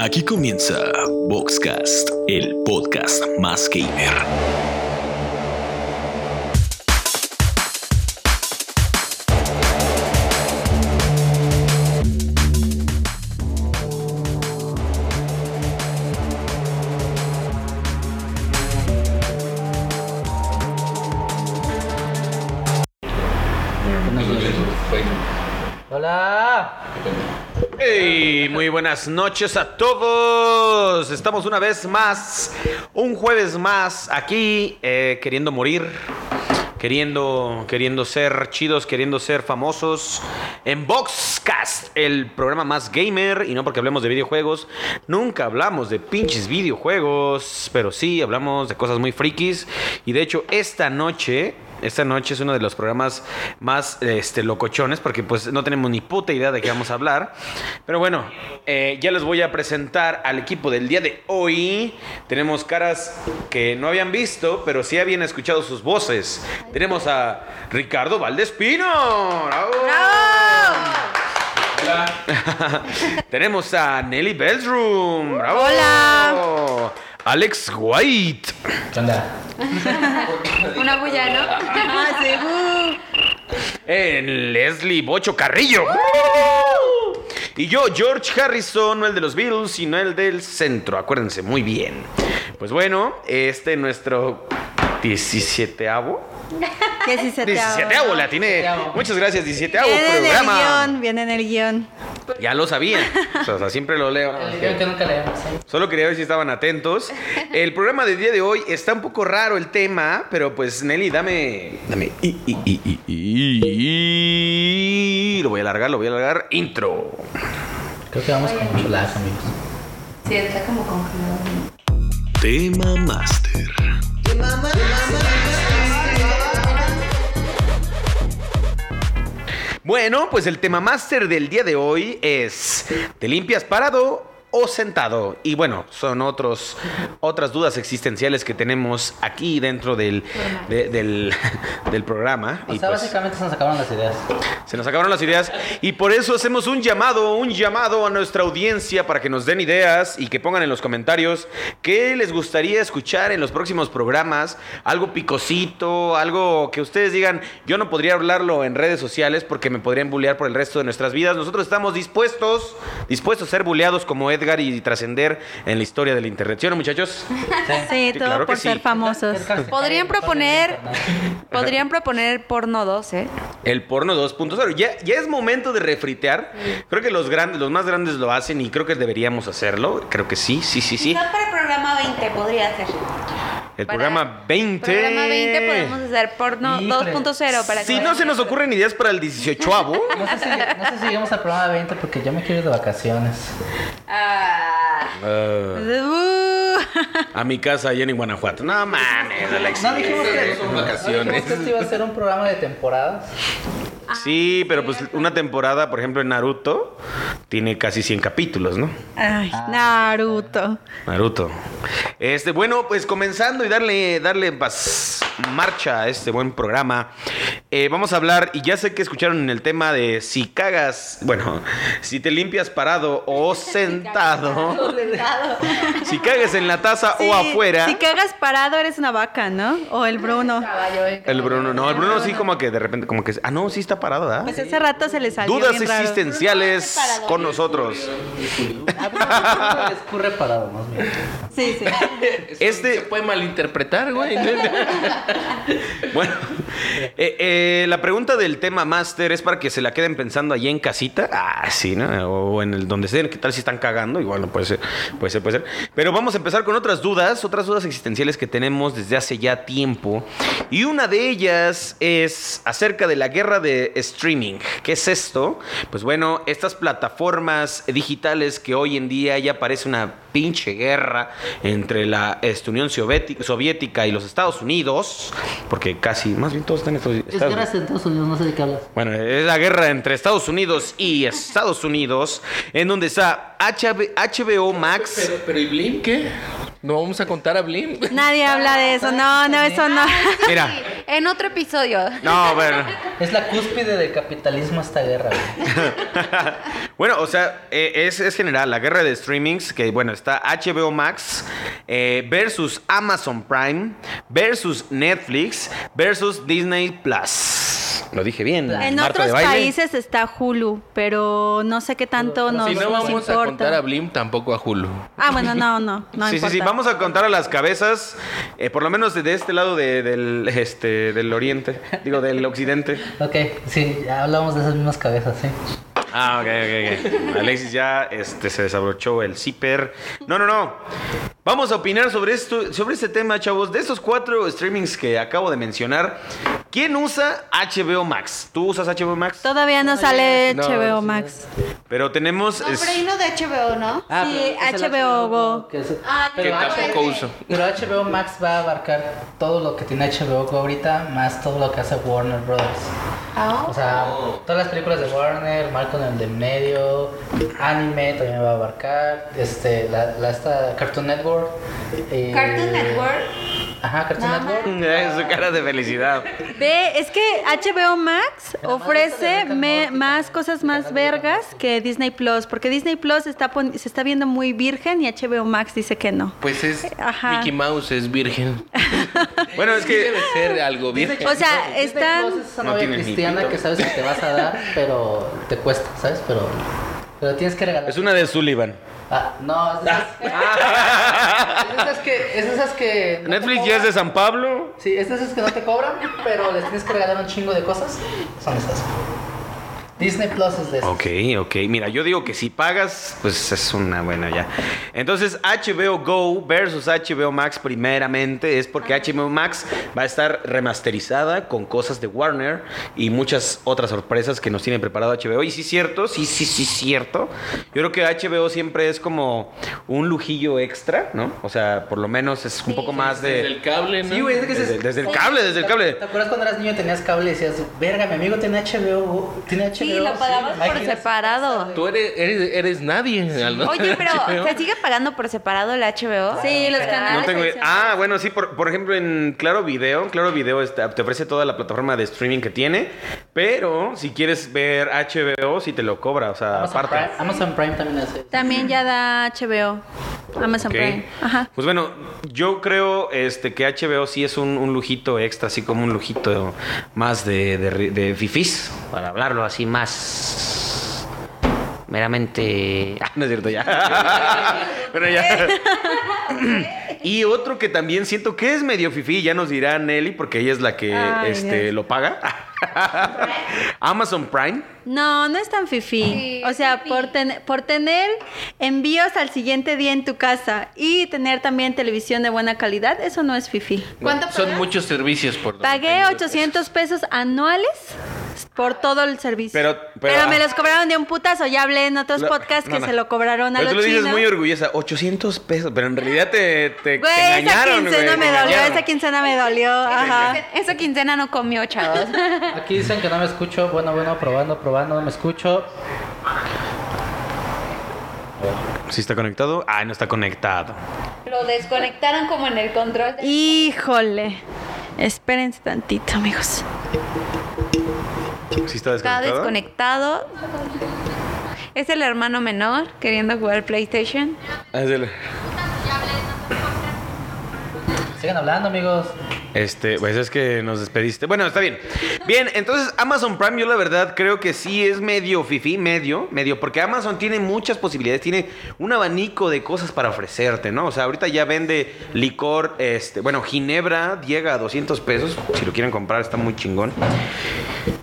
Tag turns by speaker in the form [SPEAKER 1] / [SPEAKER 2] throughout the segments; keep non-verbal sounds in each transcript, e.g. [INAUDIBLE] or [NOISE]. [SPEAKER 1] Aquí comienza Boxcast, el podcast más gamer.
[SPEAKER 2] Hola.
[SPEAKER 3] Hey, muy buenas noches a todos. Estamos una vez más, un jueves más aquí, eh, queriendo morir, queriendo, queriendo ser chidos, queriendo ser famosos en Boxcast, el programa más gamer y no porque hablemos de videojuegos. Nunca hablamos de pinches videojuegos, pero sí hablamos de cosas muy frikis. Y de hecho esta noche esta noche es uno de los programas más este, locochones porque pues no tenemos ni puta idea de qué vamos a hablar. Pero bueno, eh, ya les voy a presentar al equipo del día de hoy. Tenemos caras que no habían visto, pero sí habían escuchado sus voces. Tenemos a Ricardo Valdespino. ¡Bravo!
[SPEAKER 4] ¡Oh!
[SPEAKER 3] Tenemos a Nelly Bellsroom. ¡Bravo!
[SPEAKER 4] Hola.
[SPEAKER 3] Alex White.
[SPEAKER 4] Una bulla, ¿no? Ah, sí.
[SPEAKER 3] En Leslie Bocho Carrillo. Y yo, George Harrison, no el de los Beatles, sino el del centro. Acuérdense muy bien. Pues bueno, este es nuestro 17avo.
[SPEAKER 4] Que si se te
[SPEAKER 3] 17avo, la tiene. Muchas gracias, 17avo
[SPEAKER 4] Viene en el
[SPEAKER 3] programa.
[SPEAKER 4] guión, viene en el guión.
[SPEAKER 3] Ya lo
[SPEAKER 4] [LAUGHS]
[SPEAKER 3] sabía. O sea, o sea, siempre lo leo.
[SPEAKER 2] Creo que nunca le ¿eh? habíamos hecho.
[SPEAKER 3] Solo quería ver si estaban atentos. El programa del día de hoy está un poco raro el tema, pero pues Nelly, dame. Dame. Y, y, y, y, y- y- Lo voy a alargar, lo voy a alargar. Intro.
[SPEAKER 2] Creo que vamos con chuladas, amigos.
[SPEAKER 4] Sí, está como congelado.
[SPEAKER 1] Tema Master.
[SPEAKER 3] Bueno, pues el tema máster del día de hoy es: ¿te limpias parado o sentado? Y bueno, son otros, otras dudas existenciales que tenemos aquí dentro del, de- del, [LAUGHS] del programa.
[SPEAKER 2] O
[SPEAKER 3] Y,
[SPEAKER 2] sea,
[SPEAKER 3] pues,
[SPEAKER 2] básicamente se nos acabaron las
[SPEAKER 4] [LAUGHS]
[SPEAKER 2] ideas.
[SPEAKER 3] Se nos acabaron las ideas y por eso hacemos un llamado, un llamado a nuestra audiencia para que nos den ideas y que pongan en los comentarios qué les gustaría escuchar en los próximos programas, algo picosito, algo que ustedes digan, yo no podría hablarlo en redes sociales porque me podrían bullear por el resto de nuestras vidas. Nosotros estamos dispuestos, dispuestos a ser bulleados como Edgar y trascender en la historia del internet. ¿Sí o no, muchachos?
[SPEAKER 4] Sí,
[SPEAKER 3] Sí,
[SPEAKER 4] todo
[SPEAKER 3] claro que
[SPEAKER 4] por
[SPEAKER 3] sí.
[SPEAKER 4] ser famosos.
[SPEAKER 2] Edgar-
[SPEAKER 4] [LAUGHS] Podrían
[SPEAKER 2] Edgar-
[SPEAKER 4] proponer,
[SPEAKER 2] Edgar-
[SPEAKER 4] podrían proponer porno 2, ¿eh?
[SPEAKER 3] El porno 2.0. Ya, ya es momento de refritear. Creo que los grandes, los más grandes lo hacen y creo que deberíamos hacerlo. Creo que sí, sí, sí, sí.
[SPEAKER 4] para el programa 20 podría ser.
[SPEAKER 3] El
[SPEAKER 4] para-
[SPEAKER 3] programa 20.
[SPEAKER 4] Programa 20 podemos hacer porno
[SPEAKER 2] Híjole.
[SPEAKER 4] 2.0 para
[SPEAKER 3] Si
[SPEAKER 4] que-
[SPEAKER 3] no se nos ocurren ideas para el 18avo.
[SPEAKER 2] No sé, si, no sé si llegamos al programa 20 porque yo me quiero ir de vacaciones.
[SPEAKER 4] Ah.
[SPEAKER 3] [LAUGHS] eh,
[SPEAKER 4] Uh.
[SPEAKER 3] a mi casa allá en Guanajuato. No mames, Alex.
[SPEAKER 2] No dijimos que
[SPEAKER 3] Son
[SPEAKER 2] no
[SPEAKER 3] vacaciones.
[SPEAKER 2] dijimos que esto iba a ser un programa de temporadas.
[SPEAKER 3] Sí, pero pues una temporada, por ejemplo, en Naruto, tiene casi 100 capítulos, ¿no?
[SPEAKER 4] Ay, Naruto.
[SPEAKER 3] Ah. Naruto. Este, bueno, pues comenzando y darle, darle pas- marcha a este buen programa. eh, vamos a hablar, y ya sé que escucharon en el tema de si cagas, bueno, si te limpias parado
[SPEAKER 4] [LAUGHS]
[SPEAKER 3] o sentado, si cagas en la taza
[SPEAKER 4] Sí,
[SPEAKER 3] o afuera.
[SPEAKER 4] Si cagas parado eres una vaca, ¿no? O el Bruno.
[SPEAKER 3] El Bruno, no, el Bruno sí como que de repente, como que, ah, no, sí está parado, ¿verdad?
[SPEAKER 4] Pues hace rato se le salió
[SPEAKER 3] Dudas
[SPEAKER 4] bien raro.
[SPEAKER 3] existenciales con nosotros.
[SPEAKER 2] Ah, pues, Escurre parado, más bien.
[SPEAKER 4] Sí, sí.
[SPEAKER 3] Este-
[SPEAKER 5] se puede malinterpretar, güey.
[SPEAKER 3] [LAUGHS] Bueno, eh, eh, la pregunta del tema máster es para que se la queden pensando allí en casita. Ah, sí, ¿no? O en el donde estén, ¿qué tal si están cagando? Igual no puede ser, puede ser, puede ser. Pero vamos a empezar con otras dudas, otras dudas existenciales que tenemos desde hace ya tiempo. Y una de ellas es acerca de la guerra de streaming. ¿Qué es esto? Pues bueno, estas plataformas digitales que hoy en día ya parece una pinche guerra entre la este, Unión Soviética, Soviética y los Estados Unidos, porque casi, más bien todos están en Estados
[SPEAKER 2] Es
[SPEAKER 3] Estados-
[SPEAKER 2] guerra de Estados Unidos, no sé de qué hablas.
[SPEAKER 3] bueno, es la guerra entre Estados Unidos y Estados Unidos, en donde está HB HBO Max.
[SPEAKER 5] Pero, pero ¿y Blim qué? ¿No vamos a contar a Blim?
[SPEAKER 4] [LAUGHS] Nadie habla de eso. No, no, eso no.
[SPEAKER 3] Mira,
[SPEAKER 6] En otro episodio.
[SPEAKER 3] No, bueno.
[SPEAKER 2] Es la cúspide del capitalismo esta guerra, güey.
[SPEAKER 3] Bueno, o sea, eh, es, es general. La guerra de streamings, que bueno, está HBO Max eh, versus Amazon Prime versus Netflix versus Disney Plus. Lo dije bien. Marta
[SPEAKER 4] En
[SPEAKER 3] de
[SPEAKER 4] otros
[SPEAKER 3] baile.
[SPEAKER 4] países está Hulu, pero no sé qué tanto nos,
[SPEAKER 5] Si no
[SPEAKER 4] nos
[SPEAKER 5] vamos
[SPEAKER 4] importa.
[SPEAKER 5] a contar a Blim, tampoco a Hulu.
[SPEAKER 4] Ah, bueno, no, no, no
[SPEAKER 3] sí,
[SPEAKER 4] importa.
[SPEAKER 3] sí, sí, vamos a contar a las cabezas, eh, por lo menos de este lado de- del, este, del oriente, digo, del occidente.
[SPEAKER 2] Ok, sí, ya hablamos de esas mismas cabezas, sí.
[SPEAKER 3] Ah, ok, ok, ok. Alexis ya este, se desabrochó el zipper. No, no, no. Vamos a opinar sobre esto, sobre este tema, chavos. De esos cuatro streamings que acabo de mencionar, ¿quién usa HBO Max? ¿Tú usas HBO Max?
[SPEAKER 4] Todavía no sale
[SPEAKER 5] No,
[SPEAKER 4] HBO
[SPEAKER 5] sí.
[SPEAKER 4] Max.
[SPEAKER 3] Ah, Pero tenemos.
[SPEAKER 6] No,
[SPEAKER 3] es-
[SPEAKER 6] pero hay uno de HBO, ¿no?
[SPEAKER 2] Ah,
[SPEAKER 4] Sí,
[SPEAKER 2] pero es el
[SPEAKER 4] HBO Go.
[SPEAKER 2] que es-
[SPEAKER 6] Ah,
[SPEAKER 5] Que
[SPEAKER 2] pero,
[SPEAKER 6] no,
[SPEAKER 2] H-
[SPEAKER 5] tampoco uso.
[SPEAKER 2] pero HBO Max va a abarcar todo lo que tiene HBO Go ahorita, más todo lo que hace Warner Brothers.
[SPEAKER 6] Ah,
[SPEAKER 2] O sea, todas las películas de Warner, Malcolm en el de medio, anime también va a abarcar, este, la, la esta Cartoon Network. eh,
[SPEAKER 6] Cartoon Network.
[SPEAKER 2] Ajá, Cartoon
[SPEAKER 6] Nada
[SPEAKER 3] [LAUGHS]
[SPEAKER 2] Network.
[SPEAKER 3] Mira, su cara de felicidad.
[SPEAKER 4] Ve, es que HBO Max
[SPEAKER 2] Pero
[SPEAKER 4] ofrece
[SPEAKER 2] además,
[SPEAKER 4] me-
[SPEAKER 2] ahorita no,
[SPEAKER 4] más cosas más vergas que Disney Plus, porque Disney Plus está pon- se está viendo muy virgen y HBO Max dice que no.
[SPEAKER 5] Pues es
[SPEAKER 4] Ajá.
[SPEAKER 5] Mickey Mouse es virgen.
[SPEAKER 3] Bueno, es
[SPEAKER 5] Sí debe
[SPEAKER 3] que.
[SPEAKER 5] ser algo virgen.
[SPEAKER 4] O sea,
[SPEAKER 2] Disney
[SPEAKER 4] están-
[SPEAKER 2] Plus es esa
[SPEAKER 3] No
[SPEAKER 2] novia
[SPEAKER 3] tienen ni
[SPEAKER 2] cristiana
[SPEAKER 3] pito.
[SPEAKER 2] que sabes que te vas a dar, pero te cuesta, ¿sabes? Pero, pero tienes que regalar.
[SPEAKER 3] Es una de Sullivan.
[SPEAKER 2] Ah, no, es de esas, es de esas
[SPEAKER 3] [LAUGHS]
[SPEAKER 2] que, es de esas que no te
[SPEAKER 3] Netflix ya es de
[SPEAKER 2] cobran.
[SPEAKER 3] San Pablo.
[SPEAKER 2] Sí, es de esas que no te cobran, pero les tienes que regalar un chingo de cosas. Son esas. Disney Plus es de esas.
[SPEAKER 3] Ok, ok. Mira, yo digo que si pagas, pues es una buena ya. Entonces, HBO Go versus HBO Max primeramente es porque HBO Max va a estar remasterizada con cosas de Warner y muchas otras sorpresas que nos tiene preparado HBO. Y sí, cierto, sí, sí, sí, cierto. Yo creo que HBO siempre es como un lujillo extra, ¿no? O sea, por lo menos es un poco más de...
[SPEAKER 5] Desde el cable, ¿no?
[SPEAKER 3] Sí, güey, es que desde, desde el cable, desde el cable.
[SPEAKER 2] ¿Te acuerdas cuando eras niño y tenías cable y decías, verga, mi amigo tiene HBO, tiene HBO?
[SPEAKER 6] Sí, lo pagabas por
[SPEAKER 2] Máquinas.
[SPEAKER 6] separado.
[SPEAKER 5] Tú eres, eres, eres nadie. al-
[SPEAKER 6] Oye,
[SPEAKER 5] [LAUGHS]
[SPEAKER 6] pero
[SPEAKER 5] HBO.
[SPEAKER 6] ¿se sigue pagando por separado el HBO?
[SPEAKER 4] Sí, los canales.
[SPEAKER 3] No tengo idea.
[SPEAKER 4] adicionales.
[SPEAKER 3] Ah, bueno, sí, por, por ejemplo, en Claro Video, Claro Video está- te ofrece toda la plataforma de streaming que tiene, pero si quieres ver HBO, sí te lo cobra, o sea,
[SPEAKER 2] Amazon Prime,
[SPEAKER 3] aparte.
[SPEAKER 2] Amazon Prime también hace.
[SPEAKER 4] También ya da HBO, Amazon
[SPEAKER 3] Ok.
[SPEAKER 4] Prime. Ajá.
[SPEAKER 3] Pues bueno, yo creo este, que HBO sí es un, un lujito extra, así como un lujito más de, de, ri- de fifís, para hablarlo así más meramente... [LAUGHS] Ah, no es cierto, ya.
[SPEAKER 4] [LAUGHS]
[SPEAKER 3] bueno, ya. [LAUGHS] Y otro que también siento que es medio fifí, ya nos dirá Nelly, porque ella es la que
[SPEAKER 4] Ay,
[SPEAKER 3] este,
[SPEAKER 4] Dios.
[SPEAKER 3] lo paga. [LAUGHS] Amazon Prime.
[SPEAKER 4] No, no es tan fifi.
[SPEAKER 6] Sí,
[SPEAKER 4] o sea,
[SPEAKER 6] fifí.
[SPEAKER 4] Por, ten- por tener envíos al siguiente día en tu casa y tener también televisión de buena calidad, eso no es fifi.
[SPEAKER 6] ¿Cuánto
[SPEAKER 5] Son
[SPEAKER 6] pagas?
[SPEAKER 5] muchos servicios por
[SPEAKER 4] Pagué
[SPEAKER 5] 92
[SPEAKER 4] 800 pesos anuales por todo el servicio.
[SPEAKER 3] Pero- pero- ah.
[SPEAKER 4] me los cobraron de un putazo. Ya hablé en otros
[SPEAKER 3] Lo-
[SPEAKER 4] podcasts
[SPEAKER 3] no,
[SPEAKER 4] que
[SPEAKER 3] no.
[SPEAKER 4] se lo cobraron a
[SPEAKER 3] Pero
[SPEAKER 4] los
[SPEAKER 3] tú lo dices
[SPEAKER 4] chinos.
[SPEAKER 3] muy orgullosa, 800 pesos, pero en realidad te, te, te
[SPEAKER 4] Güey, esa
[SPEAKER 3] engañaron, güey.
[SPEAKER 4] quincena
[SPEAKER 3] te
[SPEAKER 4] me dolió,
[SPEAKER 3] engañaron.
[SPEAKER 4] esa quincena me dolió. Ajá.
[SPEAKER 6] Esa quincena no comió, chavos.
[SPEAKER 2] Aquí dicen que no me escucho. Bueno, bueno, probando, probando, me escucho.
[SPEAKER 3] ¿Sí está conectado? Ah, no está conectado.
[SPEAKER 6] Lo desconectaron como en el control. de-
[SPEAKER 4] Híjole. Espérense tantito, amigos.
[SPEAKER 3] ¿Sí está
[SPEAKER 6] Está
[SPEAKER 3] desconectado?
[SPEAKER 6] desconectado. Es el hermano menor queriendo jugar PlayStation.
[SPEAKER 3] Ah, es el-
[SPEAKER 2] Sigan hablando, amigos.
[SPEAKER 3] Este, pues es que nos despediste. Bueno, está bien. Bien, entonces Amazon Prime, yo la verdad creo que sí es medio fifi, medio, medio, porque Amazon tiene muchas posibilidades, tiene un abanico de cosas para ofrecerte, ¿no? O sea, ahorita ya vende licor, este, bueno, Ginebra llega a 200 pesos, si lo quieren comprar está muy chingón.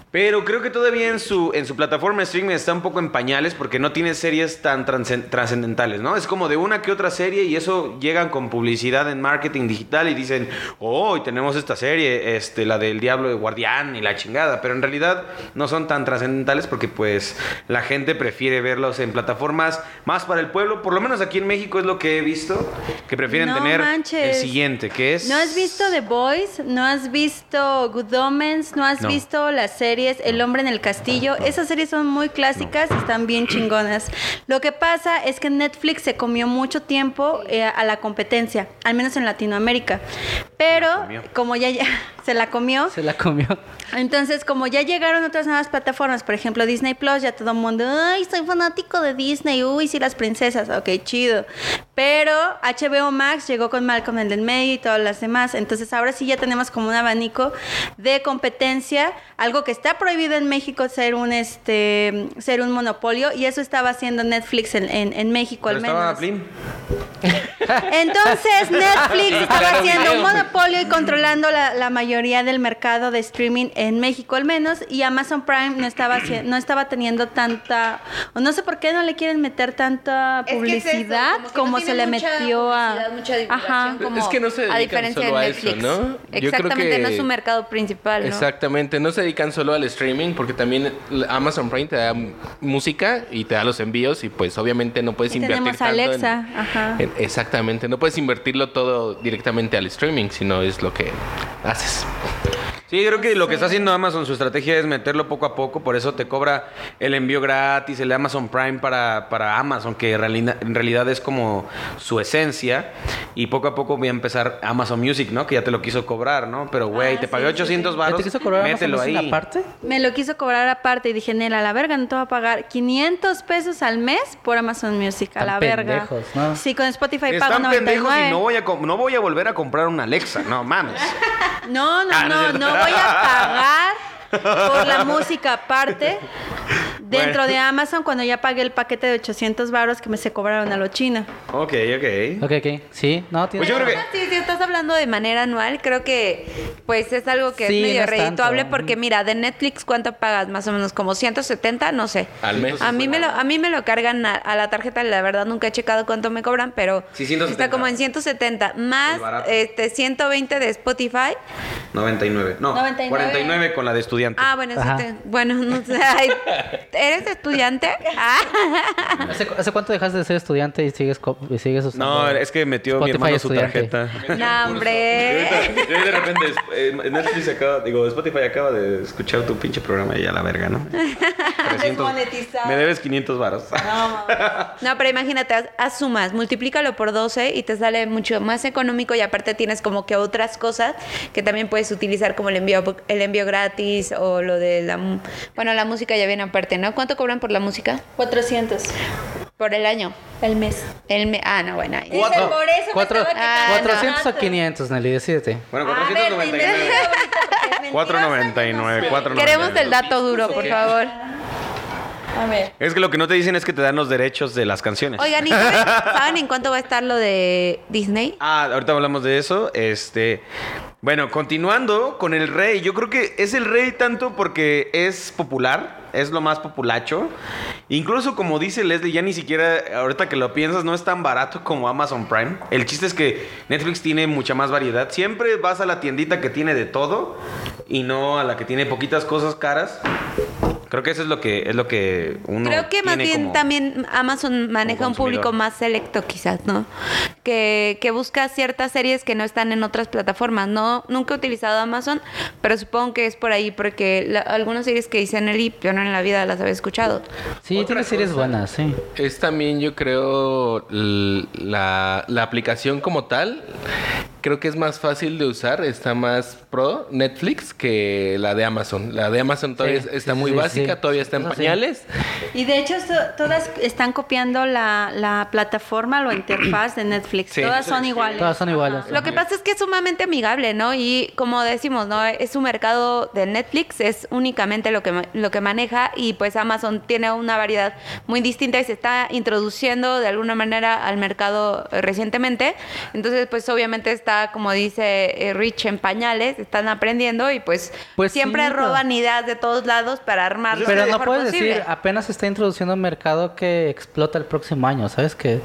[SPEAKER 3] Pero creo que todavía en su, en su plataforma de streaming está un poco en pañales porque no tiene series tan transcen- trascendentales, ¿no? Es como de una que otra serie y eso llegan con publicidad en marketing digital y dicen, oh, y tenemos esta serie, este, la del Diablo de Guardián y la chingada, pero en realidad no son tan trascendentales porque pues la gente prefiere verlos en plataformas más para el pueblo, por lo menos aquí en México es lo que he visto, que prefieren
[SPEAKER 4] No
[SPEAKER 3] tener el
[SPEAKER 4] manches.
[SPEAKER 3] siguiente, que es...
[SPEAKER 4] ¿No has visto The Boys? ¿No has visto Good Omens? ¿No has
[SPEAKER 3] No.
[SPEAKER 4] visto la serie series, El hombre en el castillo. Esas series son muy clásicas y están bien chingonas. Lo que pasa es que Netflix se comió mucho tiempo eh, a la competencia, al menos en Latinoamérica. Pero
[SPEAKER 3] comió.
[SPEAKER 4] como ya, [LAUGHS] ya se la comió,
[SPEAKER 2] Se la comió.
[SPEAKER 4] entonces, como ya llegaron otras nuevas plataformas, por ejemplo Disney Plus, ya todo el mundo, ay, soy fanático de Disney, uy, sí, las princesas, ok, chido. Pero HBO Max llegó con Malcolm en el medio y todas las demás. Entonces, ahora sí ya tenemos como un abanico de competencia, algo que está prohibido en México ser un este ser un monopolio, y eso estaba haciendo Netflix en, en- en México
[SPEAKER 3] Pero
[SPEAKER 4] al menos.
[SPEAKER 3] estaba Plin.
[SPEAKER 5] [LAUGHS]
[SPEAKER 4] Entonces Netflix estaba
[SPEAKER 5] Claro,
[SPEAKER 4] haciendo
[SPEAKER 5] claro.
[SPEAKER 4] un monopolio y controlando la, la mayoría del mercado de streaming en México al menos y Amazon Prime no estaba haci- no estaba teniendo tanta o no sé por qué no le quieren meter tanta
[SPEAKER 6] Es que es eso,
[SPEAKER 4] publicidad
[SPEAKER 6] que no
[SPEAKER 4] como, se
[SPEAKER 6] tiene
[SPEAKER 4] le
[SPEAKER 6] mucha
[SPEAKER 4] metió a
[SPEAKER 6] publicidad, mucha divulgación,
[SPEAKER 4] Ajá.
[SPEAKER 6] como
[SPEAKER 5] Es que no se
[SPEAKER 6] a
[SPEAKER 5] dedican
[SPEAKER 6] diferencia
[SPEAKER 5] solo
[SPEAKER 6] de
[SPEAKER 5] a eso,
[SPEAKER 6] Netflix.
[SPEAKER 5] ¿no? Yo creo
[SPEAKER 6] Exactamente,
[SPEAKER 5] que-
[SPEAKER 6] no es su mercado principal, ¿no?
[SPEAKER 5] Exactamente, no se dedican solo al streaming porque también el Amazon Prime te da mm, música y te da los envíos y pues obviamente no puedes
[SPEAKER 4] Y
[SPEAKER 5] invertir
[SPEAKER 4] tenemos
[SPEAKER 5] tanto en-
[SPEAKER 4] Alexa, ajá.
[SPEAKER 5] en- exactamente, no puedes invertirlo todo directamente al streaming, sino es lo que haces.
[SPEAKER 3] Sí, creo que lo que está haciendo Amazon, su estrategia es meterlo poco a poco, por eso te cobra el envío gratis, el Amazon Prime para, para Amazon, que en realina- en realidad es como su esencia, y poco a poco voy a empezar Amazon Music, ¿no? Que ya te lo quiso cobrar, ¿no? Pero, güey,
[SPEAKER 4] Ah,
[SPEAKER 3] te
[SPEAKER 4] sí,
[SPEAKER 3] pagué
[SPEAKER 4] sí,
[SPEAKER 3] 800 baros,
[SPEAKER 2] ¿Te quiso cobrar
[SPEAKER 3] mételo
[SPEAKER 2] Amazon
[SPEAKER 3] ahí.
[SPEAKER 2] Music aparte?
[SPEAKER 4] me lo quiso cobrar aparte y dije, "Nela, a la verga, no te voy a pagar 500 pesos al mes por Amazon Music, a
[SPEAKER 2] Están
[SPEAKER 4] la verga."
[SPEAKER 2] pendejos, ¿no?
[SPEAKER 4] Sí, con Spotify pago
[SPEAKER 3] Están
[SPEAKER 4] 99.
[SPEAKER 3] pendejos y no voy, a com- no voy a volver a comprar una Alexa, no mames.
[SPEAKER 4] No, no,
[SPEAKER 3] Ah, no
[SPEAKER 4] no,
[SPEAKER 3] es cierto.
[SPEAKER 4] no voy a pagar por
[SPEAKER 3] [LAUGHS]
[SPEAKER 4] la música aparte dentro
[SPEAKER 3] Bueno.
[SPEAKER 4] de Amazon cuando ya pagué el paquete de 800 varos que me se cobraron a lo chino.
[SPEAKER 3] Ok, ok.
[SPEAKER 2] Ok, ok. Sí, no, tiene.
[SPEAKER 3] Pues yo creo que-
[SPEAKER 6] Ah, Sí, sí, estás hablando de manera anual, creo que pues es algo que
[SPEAKER 2] Sí,
[SPEAKER 6] es
[SPEAKER 2] no
[SPEAKER 6] medio
[SPEAKER 2] es tanto.
[SPEAKER 6] redituable porque mira, de Netflix cuánto pagas, más o menos como 170, no sé.
[SPEAKER 5] Al mes.
[SPEAKER 6] A mí me lo a mí me lo cargan a, a la tarjeta, la verdad nunca he checado cuánto me cobran, pero
[SPEAKER 3] Sí, 170.
[SPEAKER 6] está como en 170 más
[SPEAKER 3] Es barato.
[SPEAKER 6] este 120 de Spotify.
[SPEAKER 3] 99, no,
[SPEAKER 4] 99.
[SPEAKER 3] 49 con la de estudiante.
[SPEAKER 6] Ah, bueno, sí
[SPEAKER 2] Ajá.
[SPEAKER 6] te- bueno, no sé. ay, ¿Eres estudiante?
[SPEAKER 3] [LAUGHS]
[SPEAKER 6] Ah,
[SPEAKER 2] ¿Hace, cu- hace cuánto dejaste de ser estudiante y sigues, co- y sigues usando?
[SPEAKER 3] no, es que metió mi
[SPEAKER 2] Spotify
[SPEAKER 3] hermano su
[SPEAKER 2] estudiante?
[SPEAKER 3] tarjeta.
[SPEAKER 6] no, hombre.
[SPEAKER 3] [LAUGHS] Y de repente es- eh, Netflix acaba, digo, Spotify acaba de escuchar tu pinche programa y ya la verga,
[SPEAKER 4] [LAUGHS]
[SPEAKER 3] ¿no? 300.
[SPEAKER 4] Desmonetizado. Ah,
[SPEAKER 3] Me debes 500 varos.
[SPEAKER 6] No, pero imagínate, haz, haz sumas, multiplícalo por 12 y te sale mucho más económico y aparte tienes como que otras cosas que también puedes utilizar como el envío el envío gratis o lo de la mu- bueno, la música ya viene aparte, ¿no? ¿Cuánto cobran por la música?
[SPEAKER 4] 400
[SPEAKER 6] Por el año.
[SPEAKER 4] al mes.
[SPEAKER 6] El me- ah, no, bueno. ahí.
[SPEAKER 4] Dice, por eso me
[SPEAKER 2] Cuatro-
[SPEAKER 4] estaba
[SPEAKER 6] Ah,
[SPEAKER 4] quejando
[SPEAKER 2] ¿400 o
[SPEAKER 4] tanto.
[SPEAKER 2] 500, Nelly? Decídete.
[SPEAKER 3] [LAUGHS] Bueno,
[SPEAKER 4] A ver,
[SPEAKER 3] 499.
[SPEAKER 4] dime, porque es mentirosa,
[SPEAKER 3] [LAUGHS] 4.99,
[SPEAKER 4] yo no sé.
[SPEAKER 3] 4.99.
[SPEAKER 6] Queremos el dato duro, por favor.
[SPEAKER 4] A ver.
[SPEAKER 3] Es que lo que no te dicen es que te dan los derechos de las canciones.
[SPEAKER 6] Oigan, ¿y saben, saben en cuánto va a estar lo de Disney?
[SPEAKER 3] Ah, ahorita hablamos de eso. Este. Bueno, continuando con el rey. Yo creo que es el rey tanto porque es popular, es lo más populacho. Incluso como dice Leslie, ya ni siquiera, ahorita que lo piensas, no es tan barato como Amazon Prime. El chiste es que Netflix tiene mucha más variedad. Siempre vas a la tiendita que tiene de todo y no a la que tiene poquitas cosas caras. Creo que eso es lo que, es lo que uno.
[SPEAKER 6] Creo que más
[SPEAKER 3] tiene
[SPEAKER 6] bien
[SPEAKER 3] como-
[SPEAKER 6] también Amazon maneja
[SPEAKER 3] consumidor.
[SPEAKER 6] un público más selecto quizás, ¿no? Que, que busca ciertas series que no están en otras plataformas. No, nunca he utilizado Amazon, pero supongo que es por ahí porque la- algunas series que dice Nelly, yo no en la vida las había escuchado.
[SPEAKER 2] Sí, tiene series buenas, sí.
[SPEAKER 5] Es también, yo creo, l- la, la aplicación como tal. Creo que es más fácil de usar, está más pro Netflix que la de Amazon. La de Amazon todavía
[SPEAKER 2] Sí,
[SPEAKER 5] es- está
[SPEAKER 2] sí,
[SPEAKER 5] muy
[SPEAKER 2] sí,
[SPEAKER 5] básica,
[SPEAKER 2] sí.
[SPEAKER 5] todavía está en
[SPEAKER 2] Eso sí.
[SPEAKER 5] pañales.
[SPEAKER 4] Y de hecho, so- todas están copiando la, la plataforma, la interfaz de Netflix.
[SPEAKER 5] Sí.
[SPEAKER 4] todas son iguales.
[SPEAKER 2] Todas son iguales.
[SPEAKER 6] Lo que pasa es que es sumamente amigable, ¿no? Y como decimos, ¿no? Es su mercado de Netflix, es únicamente lo que, ma- lo que maneja y pues Amazon tiene una variedad muy distinta y se está introduciendo de alguna manera al mercado eh, recientemente. Entonces, pues obviamente está, como dice eh, Rich, en pañales, están aprendiendo y pues,
[SPEAKER 2] Pues
[SPEAKER 6] siempre
[SPEAKER 2] sí, pero-
[SPEAKER 6] roban ideas de todos lados para armarlo
[SPEAKER 2] Pero
[SPEAKER 6] lo
[SPEAKER 2] no
[SPEAKER 6] mejor
[SPEAKER 2] puedes ah,
[SPEAKER 6] posible.
[SPEAKER 2] decir, apenas se está introduciendo un mercado que explota el próximo año, ¿sabes? Que,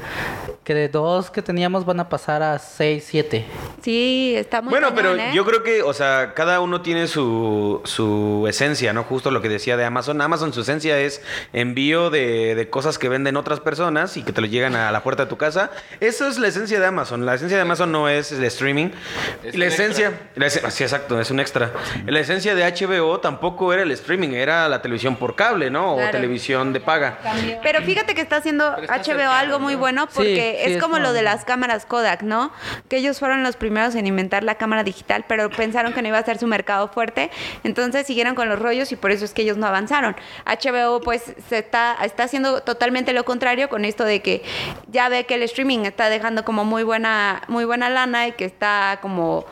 [SPEAKER 2] que de dos que teníamos van a pasar a seis, siete.
[SPEAKER 6] Sí, está muy
[SPEAKER 3] bueno,
[SPEAKER 6] cañón,
[SPEAKER 3] pero
[SPEAKER 6] ¿eh?
[SPEAKER 3] yo creo que, o sea, cada uno tiene su, su esencia, ¿no? Justo lo que decía de Amazon. Amazon, su esencia es envío de, de cosas que venden otras personas y que te lo llegan a la puerta de tu casa. Eso es la esencia de Amazon. La esencia de Amazon no es el streaming.
[SPEAKER 5] Es
[SPEAKER 3] la
[SPEAKER 5] un
[SPEAKER 3] esencia, la ese- sí, exacto, es un extra. La esencia de HBO tampoco era el streaming, era la televisión por cable, ¿no? O
[SPEAKER 6] Claro.
[SPEAKER 3] televisión de paga.
[SPEAKER 6] Pero fíjate que está haciendo
[SPEAKER 5] Pero está
[SPEAKER 6] HBO
[SPEAKER 5] cercano,
[SPEAKER 6] algo muy
[SPEAKER 5] ¿no?
[SPEAKER 6] bueno
[SPEAKER 2] Sí,
[SPEAKER 6] porque
[SPEAKER 2] sí,
[SPEAKER 6] es,
[SPEAKER 2] es
[SPEAKER 6] como
[SPEAKER 2] como-
[SPEAKER 6] lo de las cámaras Kodak, ¿no? Que ellos fueron los primeros en inventar la cámara digital, pero pensaron que no iba a ser su mercado fuerte, entonces siguieron con los rollos y por eso es que ellos no avanzaron. HBO pues se está está haciendo totalmente lo contrario con esto de que ya ve que el streaming está dejando como muy buena muy buena lana y que está como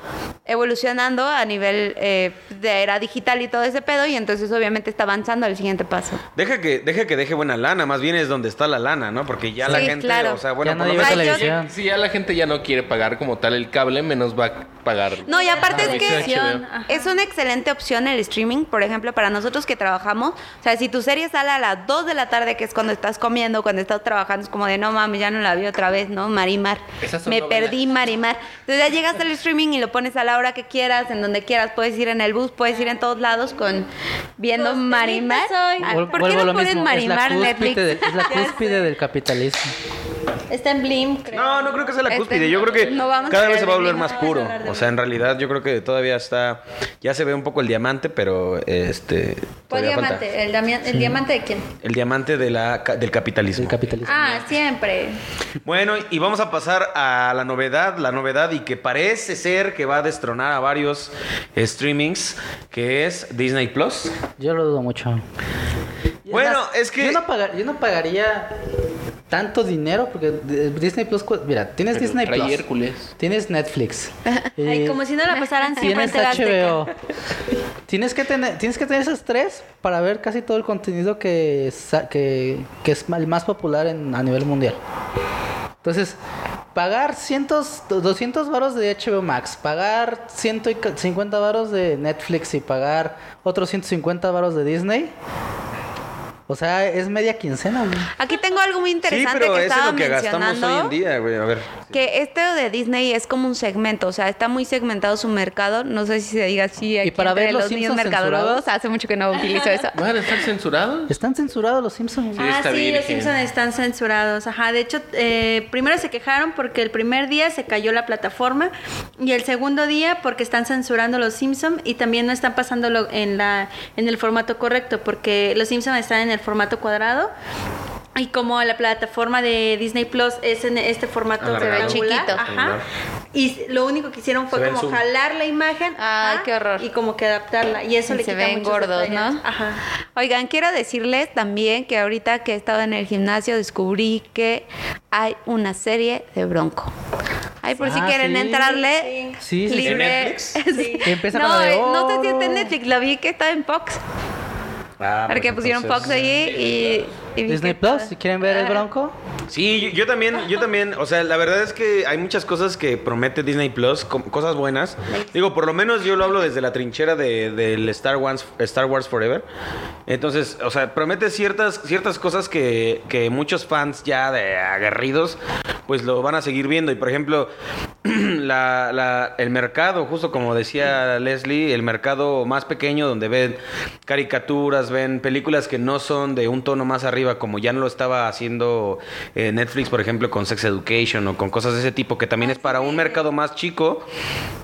[SPEAKER 6] evolucionando a nivel eh, de era digital y todo ese pedo y entonces obviamente está avanzando al siguiente paso.
[SPEAKER 3] Deja que, deja que deje buena lana, más bien es donde está la lana, ¿no? Porque ya la
[SPEAKER 6] Sí,
[SPEAKER 3] gente,
[SPEAKER 6] claro.
[SPEAKER 3] o sea, bueno,
[SPEAKER 2] ya
[SPEAKER 3] por lo
[SPEAKER 2] nadie ve
[SPEAKER 3] menos-
[SPEAKER 6] Ay, yo-
[SPEAKER 2] televisión.
[SPEAKER 5] Si ya la gente ya no quiere pagar como tal el cable, menos va a pagar.
[SPEAKER 6] No, y aparte
[SPEAKER 5] Ah,
[SPEAKER 6] es que
[SPEAKER 5] HBO.
[SPEAKER 4] Ajá.
[SPEAKER 6] es una excelente opción el streaming, por ejemplo, para nosotros que trabajamos. O sea, si tu serie sale a las 2 de la tarde, que es cuando estás comiendo, cuando estás trabajando, es como de no mames, ya no la vi otra vez, ¿no? Marimar.
[SPEAKER 5] Esas son
[SPEAKER 6] Me
[SPEAKER 5] novelas.
[SPEAKER 6] perdí Marimar. Entonces ya llegas al streaming y lo pones a la hora que quieras, en donde quieras, puedes ir en el bus, puedes ir en todos lados con viendo
[SPEAKER 4] Costeñita
[SPEAKER 6] Marimar.
[SPEAKER 4] soy.
[SPEAKER 6] Ah,
[SPEAKER 2] Vol-
[SPEAKER 6] ¿Por qué
[SPEAKER 2] vuelvo a
[SPEAKER 6] no
[SPEAKER 2] lo
[SPEAKER 6] ponen
[SPEAKER 2] mismo,
[SPEAKER 6] Marimar
[SPEAKER 2] es la
[SPEAKER 6] Netflix?
[SPEAKER 2] cúspide, de- es la
[SPEAKER 6] [LAUGHS] Ya sé.
[SPEAKER 2] cúspide del capitalismo.
[SPEAKER 4] Está en Blim, creo.
[SPEAKER 3] No, no creo que sea la
[SPEAKER 6] Este,
[SPEAKER 3] cúspide. Yo creo que
[SPEAKER 6] no vamos a
[SPEAKER 3] cada vez
[SPEAKER 6] hablar
[SPEAKER 3] se va a
[SPEAKER 6] de
[SPEAKER 3] volver
[SPEAKER 6] mí,
[SPEAKER 3] más
[SPEAKER 6] no vamos a
[SPEAKER 3] puro.
[SPEAKER 6] hablar de
[SPEAKER 3] O
[SPEAKER 6] mí.
[SPEAKER 3] sea, en realidad yo creo que todavía está. Ya se ve un poco el diamante, pero este.
[SPEAKER 4] ¿Cuál
[SPEAKER 3] todavía falta.
[SPEAKER 4] diamante? ¿El, damia- el diamante de quién?
[SPEAKER 3] El diamante de la, ca- del capitalismo.
[SPEAKER 2] Del capitalismo.
[SPEAKER 4] Ah, siempre.
[SPEAKER 3] Bueno, y vamos a pasar a la novedad, la novedad y que parece ser que va a destronar a varios streamings, que es Disney Plus.
[SPEAKER 2] Yo lo dudo mucho.
[SPEAKER 3] Bueno,
[SPEAKER 2] Además,
[SPEAKER 3] es que-
[SPEAKER 2] Yo no, pagar- yo no pagaría tanto dinero porque de- Disney Plus. cu- Mira, tienes
[SPEAKER 5] Pero
[SPEAKER 2] Disney
[SPEAKER 5] trae
[SPEAKER 2] Plus.
[SPEAKER 5] Hércules.
[SPEAKER 2] Tienes Netflix.
[SPEAKER 4] Ay,
[SPEAKER 2] eh,
[SPEAKER 4] como si no la pasaran siempre en
[SPEAKER 2] Tienes
[SPEAKER 4] TV Azteca.
[SPEAKER 2] HBO. tienes, que tener, tienes que tener esas tres para ver casi todo el contenido que, sa- que, que es el más popular en- a nivel mundial. Entonces, pagar cientos, 200 varos de HBO Max, pagar 150 varos de Netflix y pagar otros 150 varos de Disney. O sea, es media quincena, güey.
[SPEAKER 6] Aquí tengo algo muy
[SPEAKER 3] Sí,
[SPEAKER 6] interesante
[SPEAKER 3] pero
[SPEAKER 6] que
[SPEAKER 3] eso es
[SPEAKER 6] estaba
[SPEAKER 3] lo que gastamos
[SPEAKER 6] mencionando.
[SPEAKER 3] hoy en día, güey. A ver.
[SPEAKER 6] Que este de Disney es como un segmento, o sea, está muy segmentado su mercado. No sé si se diga así. aquí
[SPEAKER 2] para
[SPEAKER 6] entre
[SPEAKER 2] ver Los
[SPEAKER 6] niños
[SPEAKER 2] Simpsons
[SPEAKER 6] mercadólogos,
[SPEAKER 2] censurados.
[SPEAKER 6] hace mucho que no utilizo eso.
[SPEAKER 5] ¿Van a estar censurados?
[SPEAKER 2] Están censurados los Simpsons. güey.
[SPEAKER 4] ah,
[SPEAKER 5] está
[SPEAKER 4] sí, los
[SPEAKER 5] virgen.
[SPEAKER 4] Simpsons están censurados. Ajá, de hecho, eh, primero se quejaron porque el primer día se cayó la plataforma y el segundo día porque están censurando los Simpsons y también no están pasándolo en, la, en el formato correcto porque los Simpsons están en el formato cuadrado. Y como la plataforma de Disney Plus es en este formato
[SPEAKER 5] Alargado.
[SPEAKER 4] rectangular,
[SPEAKER 6] Chiquito.
[SPEAKER 4] ajá, y lo único que hicieron
[SPEAKER 3] Se
[SPEAKER 4] fue
[SPEAKER 3] ve el
[SPEAKER 4] como
[SPEAKER 3] zoom.
[SPEAKER 4] jalar la imagen,
[SPEAKER 6] Ay,
[SPEAKER 4] ajá,
[SPEAKER 6] qué horror.
[SPEAKER 4] y como que adaptarla y eso
[SPEAKER 6] Y
[SPEAKER 4] le
[SPEAKER 6] se
[SPEAKER 4] quita
[SPEAKER 6] ven
[SPEAKER 4] muchos
[SPEAKER 6] gordos,
[SPEAKER 4] detalles.
[SPEAKER 6] ¿no?
[SPEAKER 4] Ajá.
[SPEAKER 6] Oigan, quiero decirles también que ahorita que he estado en el gimnasio descubrí que hay una serie de Bronco. Ay, por si
[SPEAKER 2] Ah,
[SPEAKER 6] quieren
[SPEAKER 2] sí.
[SPEAKER 6] entrarle.
[SPEAKER 2] Sí, sí, sí.
[SPEAKER 6] libre.
[SPEAKER 3] ¿En Netflix?
[SPEAKER 6] [LAUGHS] Sí.
[SPEAKER 2] Que empieza con
[SPEAKER 6] no,
[SPEAKER 2] la de "Oh".
[SPEAKER 6] eh, no sé si está
[SPEAKER 2] oro.
[SPEAKER 6] en Netflix, la vi que estaba en Fox.
[SPEAKER 3] Ah, pues
[SPEAKER 6] porque pusieron
[SPEAKER 3] entonces-
[SPEAKER 6] Fox ahí y. y vi
[SPEAKER 2] Disney
[SPEAKER 6] que
[SPEAKER 2] Plus,
[SPEAKER 6] estaba.
[SPEAKER 2] si quieren ver
[SPEAKER 4] Ah.
[SPEAKER 2] el Bronco.
[SPEAKER 3] Sí, yo, yo también, yo también, o sea, la verdad es que hay muchas cosas que promete Disney Plus, com- cosas buenas. Digo, por lo menos yo lo hablo desde la trinchera de, del Star Wars, Star Wars Forever. Entonces, o sea, promete ciertas, ciertas cosas que, que muchos fans ya de aguerridos, pues lo van a seguir viendo. Y por ejemplo, [CLEARS THROAT] la- la- el mercado, justo como decía Leslie, el mercado más pequeño donde ven caricaturas, ven películas que no son de un tono más arriba, como ya no lo estaba haciendo eh, Netflix, por ejemplo, con Sex Education o con cosas de ese tipo, que también es para un mercado más chico.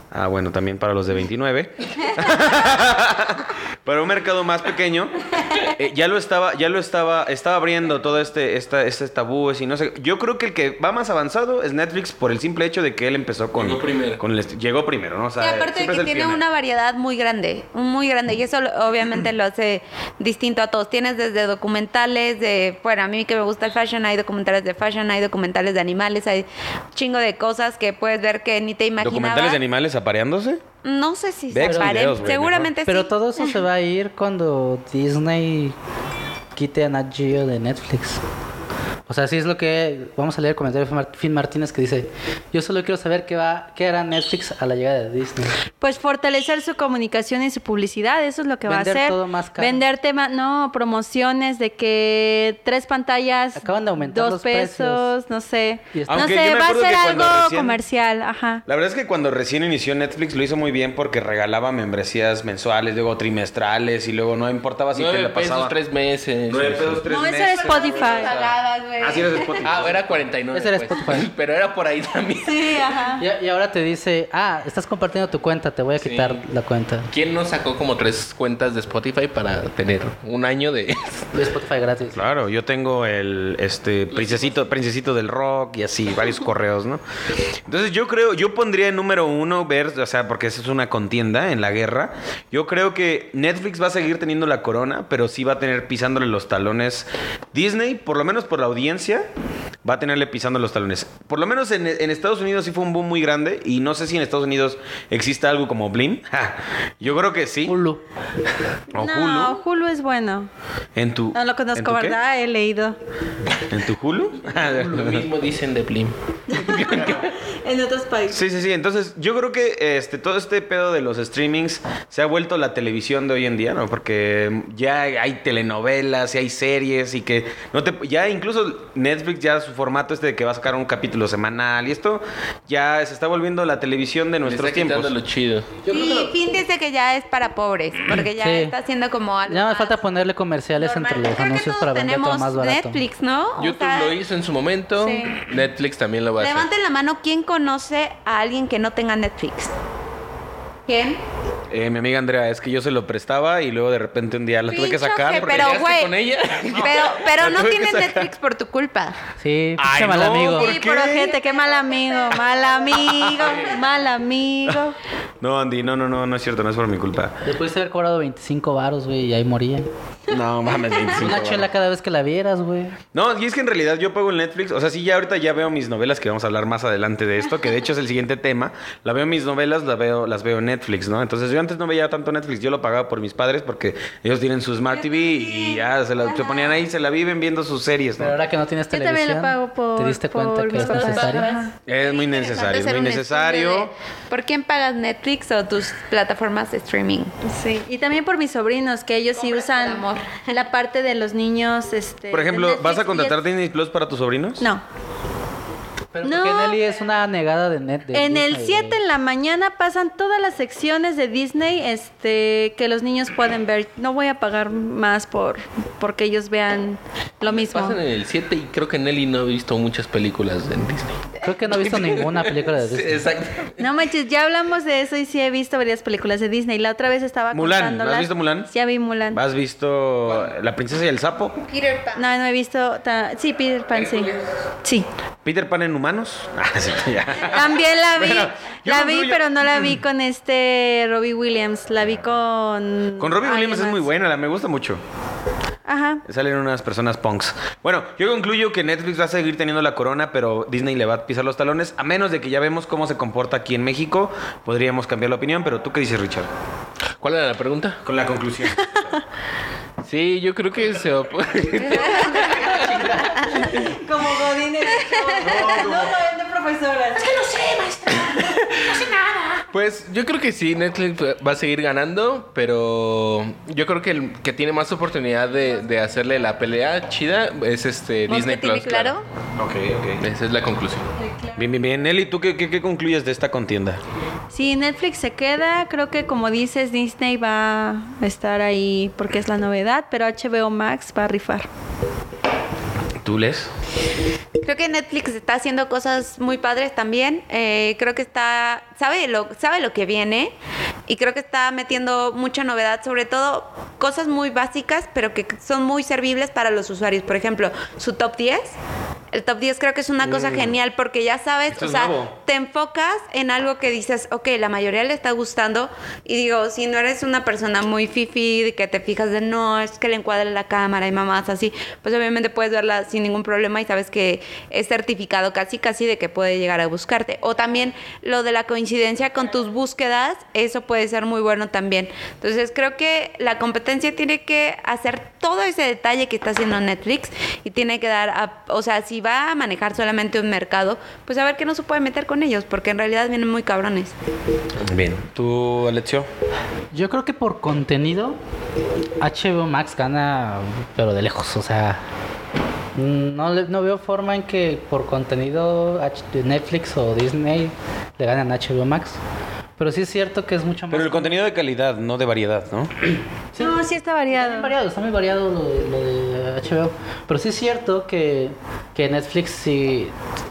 [SPEAKER 3] Ah, bueno, también para los de
[SPEAKER 5] [LAUGHS]
[SPEAKER 3] 29. para un mercado más pequeño. eh, ya lo estaba, ya lo estaba, estaba abriendo todo este, esta, este tabú y no sé. Yo creo que el que va más avanzado es Netflix por el simple hecho de que él empezó con.
[SPEAKER 5] Llegó primero.
[SPEAKER 3] con el est- llegó primero, ¿no? O sea,
[SPEAKER 6] y aparte de
[SPEAKER 3] siempre
[SPEAKER 6] que
[SPEAKER 3] es el
[SPEAKER 6] tiene
[SPEAKER 3] pionero.
[SPEAKER 6] una variedad muy grande, muy grande, y eso lo- obviamente lo hace distinto a todos. Tienes desde documentales de, bueno, a mí que me gusta el fashion, hay documentales de fashion, hay documentales de animales, hay chingo de cosas que puedes ver que ni te imaginabas.
[SPEAKER 3] ¿Documentales de animales apareándose?
[SPEAKER 6] No sé si
[SPEAKER 3] Ve
[SPEAKER 6] se
[SPEAKER 3] esos
[SPEAKER 6] paren,
[SPEAKER 3] videos, güey,
[SPEAKER 6] seguramente
[SPEAKER 2] [LAUGHS] Pero
[SPEAKER 6] sí.
[SPEAKER 2] todo eso se va a ir cuando Disney quite a Nat Geo de Netflix. O O sea, sí es lo que. Vamos a leer el comentario de Mar- Finn Martínez que dice: Yo solo quiero saber qué, va, qué hará Netflix a la llegada de
[SPEAKER 6] [LAUGHS]
[SPEAKER 2] Disney.
[SPEAKER 4] Pues fortalecer su comunicación y su publicidad, eso es lo que va a
[SPEAKER 2] Vender
[SPEAKER 4] hacer.
[SPEAKER 2] todo más caro.
[SPEAKER 4] Venderte más, no, promociones de que tres pantallas,
[SPEAKER 2] Acaban de aumentar
[SPEAKER 4] dos
[SPEAKER 2] los
[SPEAKER 4] pesos,
[SPEAKER 2] precios.
[SPEAKER 4] no sé.
[SPEAKER 2] Y está-
[SPEAKER 4] No
[SPEAKER 3] Aunque
[SPEAKER 4] sé,
[SPEAKER 3] yo me
[SPEAKER 4] va a
[SPEAKER 3] acuerdo
[SPEAKER 4] ser
[SPEAKER 3] que cuando
[SPEAKER 4] algo
[SPEAKER 3] recién-
[SPEAKER 4] comercial, ajá.
[SPEAKER 3] La verdad es que cuando recién inició Netflix lo hizo muy bien porque regalaba membresías mensuales, luego trimestrales y luego no importaba si te
[SPEAKER 5] Nueve
[SPEAKER 3] la
[SPEAKER 5] pesos
[SPEAKER 3] pasaba.
[SPEAKER 5] tres meses.
[SPEAKER 3] Nueve pesos, tres
[SPEAKER 4] No, eso
[SPEAKER 3] meses.
[SPEAKER 4] era Spotify.
[SPEAKER 6] Pagadas, güey.
[SPEAKER 3] Así eres Spotify.
[SPEAKER 5] Ah, era 49.
[SPEAKER 2] Ese era
[SPEAKER 5] pues.
[SPEAKER 2] Spotify.
[SPEAKER 5] [LAUGHS] Pero era por ahí también.
[SPEAKER 4] Sí, ajá.
[SPEAKER 2] Y, y ahora te dice: Ah, estás compartiendo tu cuenta, te voy a
[SPEAKER 5] Sí.
[SPEAKER 2] quitar la cuenta.
[SPEAKER 5] ¿Quién no sacó como tres cuentas de Spotify para tener un año de... [LAUGHS]
[SPEAKER 2] De Spotify gratis.
[SPEAKER 3] Claro, yo tengo el este princesito, princesito del rock y así, varios correos, ¿no? Entonces yo creo, yo pondría en número uno ver, o sea, porque esa es una contienda en la guerra. Yo creo que Netflix va a seguir teniendo la corona, pero sí va a tener pisándole los talones. Disney, por lo menos por la audiencia, va a tenerle pisando los talones. Por lo menos en, en Estados Unidos sí fue un boom muy grande. Y no sé si en Estados Unidos existe algo como Blim. [LAUGHS] Ja, yo creo que sí.
[SPEAKER 2] Hulu.
[SPEAKER 3] O Hulu.
[SPEAKER 4] No, Hulu es bueno.
[SPEAKER 3] En tu.
[SPEAKER 4] No lo
[SPEAKER 3] ¿en
[SPEAKER 4] conozco,
[SPEAKER 3] tu qué?
[SPEAKER 4] ¿verdad? He leído.
[SPEAKER 3] ¿En tu Hulu?
[SPEAKER 4] [LAUGHS]
[SPEAKER 3] [LAUGHS]
[SPEAKER 5] Lo mismo dicen de Blim.
[SPEAKER 4] En otros países.
[SPEAKER 3] Sí, sí, sí. Entonces, yo creo que este, todo este pedo de los streamings se ha vuelto la televisión de hoy en día, ¿no? Porque ya hay telenovelas y hay series y que no te. Ya incluso Netflix, ya su formato este de que va a sacar un capítulo semanal y esto ya se está volviendo la televisión de
[SPEAKER 5] Nuestros
[SPEAKER 3] nuestros
[SPEAKER 5] está quitando
[SPEAKER 3] tiempos.
[SPEAKER 5] lo chido.
[SPEAKER 6] Y Finn dice que ya es para pobres, porque ya
[SPEAKER 2] Sí.
[SPEAKER 6] está haciendo como algo
[SPEAKER 2] Ya me
[SPEAKER 6] más
[SPEAKER 2] falta ponerle comerciales
[SPEAKER 6] normal.
[SPEAKER 2] entre los
[SPEAKER 6] Creo que
[SPEAKER 2] anuncios
[SPEAKER 6] todos
[SPEAKER 2] para vender
[SPEAKER 6] tenemos
[SPEAKER 2] todo más barato.
[SPEAKER 6] Netflix, ¿no? O
[SPEAKER 5] YouTube
[SPEAKER 6] sea,
[SPEAKER 5] lo hizo en su momento.
[SPEAKER 6] sí.
[SPEAKER 5] Netflix también lo va a hacer.
[SPEAKER 6] Levanten la mano, ¿quién conoce a alguien que no tenga Netflix? ¿Quién?
[SPEAKER 3] Eh, mi amiga Andrea, es que yo se lo prestaba y luego de repente un día la tuve que
[SPEAKER 6] Pincho
[SPEAKER 3] sacar.
[SPEAKER 6] que-
[SPEAKER 3] porque
[SPEAKER 6] pero,
[SPEAKER 3] ya-
[SPEAKER 6] güey,
[SPEAKER 5] con ella?
[SPEAKER 6] [LAUGHS] Pero, pero
[SPEAKER 3] La
[SPEAKER 6] no
[SPEAKER 3] tuve que
[SPEAKER 6] tienes
[SPEAKER 3] sacar.
[SPEAKER 6] Netflix por tu culpa.
[SPEAKER 2] Sí,
[SPEAKER 3] Ay,
[SPEAKER 2] pinche mal
[SPEAKER 3] no,
[SPEAKER 2] amigo.
[SPEAKER 3] ¿por
[SPEAKER 4] Sí,
[SPEAKER 3] qué?
[SPEAKER 4] pero gente, qué mal amigo,
[SPEAKER 3] [LAUGHS]
[SPEAKER 4] mal amigo, mal amigo.
[SPEAKER 3] No, Andy, no, no, no, no es cierto, no es por mi culpa.
[SPEAKER 2] Le pudiste haber cobrado 25 varos, güey, y ahí moría.
[SPEAKER 3] No, mames, 25
[SPEAKER 2] Una chela cada vez que la vieras, güey.
[SPEAKER 3] No, y es que en realidad yo pago el Netflix. O sea, sí, ya ahorita ya veo mis novelas, que vamos a hablar más adelante de esto, que de hecho es el siguiente tema. La veo en mis novelas, la veo, las veo en Netflix, ¿no? Entonces yo antes no veía tanto Netflix, yo lo pagaba por mis padres porque ellos tienen su Smart TV y ya se, la, se ponían ahí, se la viven viendo sus series, ¿no?
[SPEAKER 2] Pero ahora que no tienes
[SPEAKER 4] Yo también
[SPEAKER 2] televisión,
[SPEAKER 4] lo pago por.
[SPEAKER 2] ¿te diste
[SPEAKER 4] por
[SPEAKER 2] cuenta que
[SPEAKER 4] mis
[SPEAKER 2] es
[SPEAKER 4] papás.
[SPEAKER 2] necesario?
[SPEAKER 4] Ajá.
[SPEAKER 3] Es muy necesario, es
[SPEAKER 6] Hacer
[SPEAKER 3] muy
[SPEAKER 6] un estudio
[SPEAKER 3] necesario.
[SPEAKER 6] de ¿Por quién pagas Netflix o tus plataformas de streaming?
[SPEAKER 4] Sí, y también por mis sobrinos, que ellos sí usan
[SPEAKER 6] amor.
[SPEAKER 4] la parte de los niños. Este,
[SPEAKER 3] Por
[SPEAKER 4] de
[SPEAKER 3] ejemplo,
[SPEAKER 4] Netflix
[SPEAKER 3] ¿vas a
[SPEAKER 4] y
[SPEAKER 3] contratar
[SPEAKER 4] es-
[SPEAKER 3] Disney Plus para tus sobrinos?
[SPEAKER 4] No.
[SPEAKER 2] Pero
[SPEAKER 4] No.
[SPEAKER 2] porque Nelly es una negada de net. de
[SPEAKER 4] En el
[SPEAKER 2] Disney,
[SPEAKER 4] 7
[SPEAKER 2] güey.
[SPEAKER 4] en la mañana pasan todas las secciones de Disney este, que los niños pueden ver. No voy a pagar más por porque ellos vean lo mismo.
[SPEAKER 5] Pasan en el 7 y creo que Nelly no ha visto muchas películas en Disney.
[SPEAKER 2] Creo que no
[SPEAKER 4] [LAUGHS]
[SPEAKER 2] he visto ninguna película de Disney.
[SPEAKER 5] Exacto.
[SPEAKER 4] No manches, ya hablamos de eso y sí he visto varias películas de Disney. La otra vez estaba
[SPEAKER 3] Mulan,
[SPEAKER 4] contándolas.
[SPEAKER 3] ¿no has visto Mulan?
[SPEAKER 4] Ya vi Mulan.
[SPEAKER 3] ¿Has visto La princesa y el sapo?
[SPEAKER 6] Peter Pan.
[SPEAKER 4] No, no he visto... ta- Sí, Peter Pan, sí. Sí.
[SPEAKER 3] ¿Peter Pan en humanos? [LAUGHS] Ah, sí, ya.
[SPEAKER 4] [LAUGHS] También
[SPEAKER 3] [LAUGHS]
[SPEAKER 4] la vi.
[SPEAKER 3] Bueno, yo Mm.
[SPEAKER 4] la vi,
[SPEAKER 3] concluyo-
[SPEAKER 4] pero no la vi con este Robbie Williams. La vi con...
[SPEAKER 3] Con Robbie
[SPEAKER 4] alguien
[SPEAKER 3] Williams es muy
[SPEAKER 4] más.
[SPEAKER 3] buena, la me gusta mucho.
[SPEAKER 4] Ajá.
[SPEAKER 3] Salen unas personas punks. Bueno, yo concluyo que Netflix va a seguir teniendo la corona, pero Disney le va a pisar los talones. A menos de que ya vemos cómo se comporta aquí en México, podríamos cambiar la opinión. Pero tú qué dices, Richard?
[SPEAKER 5] ¿Cuál era la pregunta?
[SPEAKER 3] Con la conclusión.
[SPEAKER 5] Sí, yo creo que se va a poder-
[SPEAKER 4] [LAUGHS] Como Godín No, no, profesora.
[SPEAKER 5] Pues yo creo que sí, Netflix va a seguir ganando, pero yo creo que el que tiene más oportunidad de, de hacerle la pelea chida es este Disney
[SPEAKER 6] Mosquetini,
[SPEAKER 5] Plus.
[SPEAKER 6] claro.
[SPEAKER 3] [LAUGHS] ok, ok.
[SPEAKER 5] Esa es la conclusión.
[SPEAKER 3] Bien, bien, bien. Nelly, ¿tú qué, qué- qué concluyes de esta contienda?
[SPEAKER 4] Sí, Netflix se queda. Creo que como dices, Disney va a estar ahí porque es la novedad, pero HBO Max va a rifar.
[SPEAKER 3] ¿Tú les?
[SPEAKER 6] Creo que Netflix está haciendo cosas muy padres también. Eh, creo que está sabe lo sabe lo que viene y creo que está metiendo mucha novedad, sobre todo cosas muy básicas, pero que son muy servibles para los usuarios. Por ejemplo, su top 10 El top 10 creo que es una cosa genial porque ya sabes,
[SPEAKER 3] Mm. Esto
[SPEAKER 6] o
[SPEAKER 3] es
[SPEAKER 6] sea,
[SPEAKER 3] nuevo.
[SPEAKER 6] te enfocas en algo que dices, ok, la mayoría le está gustando. Y digo, si no eres una persona muy fifi, de que te fijas de no, es que le encuadre la cámara y mamás así, pues obviamente puedes verla sin ningún problema y sabes que es certificado casi, casi de que puede llegar a buscarte. O también lo de la coincidencia con tus búsquedas, eso puede ser muy bueno también. Entonces creo que la competencia tiene que hacer todo ese detalle que está haciendo Netflix y tiene que dar, a- o sea, si va a manejar solamente un mercado, pues a ver qué no se puede meter con ellos, porque en realidad vienen muy cabrones.
[SPEAKER 3] Bien. ¿Tú, Alexio?
[SPEAKER 2] Yo creo que por contenido, HBO Max gana, pero de lejos, o sea. No, le- no veo forma en que por contenido H- Netflix o Disney le ganen a HBO Max. Pero sí es cierto que es mucho más.
[SPEAKER 3] Pero el contenido de calidad, no de variedad, ¿no?
[SPEAKER 2] Sí.
[SPEAKER 4] No, sí está
[SPEAKER 2] Está muy
[SPEAKER 4] variado.
[SPEAKER 2] variado, está muy variado lo, de- lo de HBO. Pero sí es cierto que, que Netflix sí,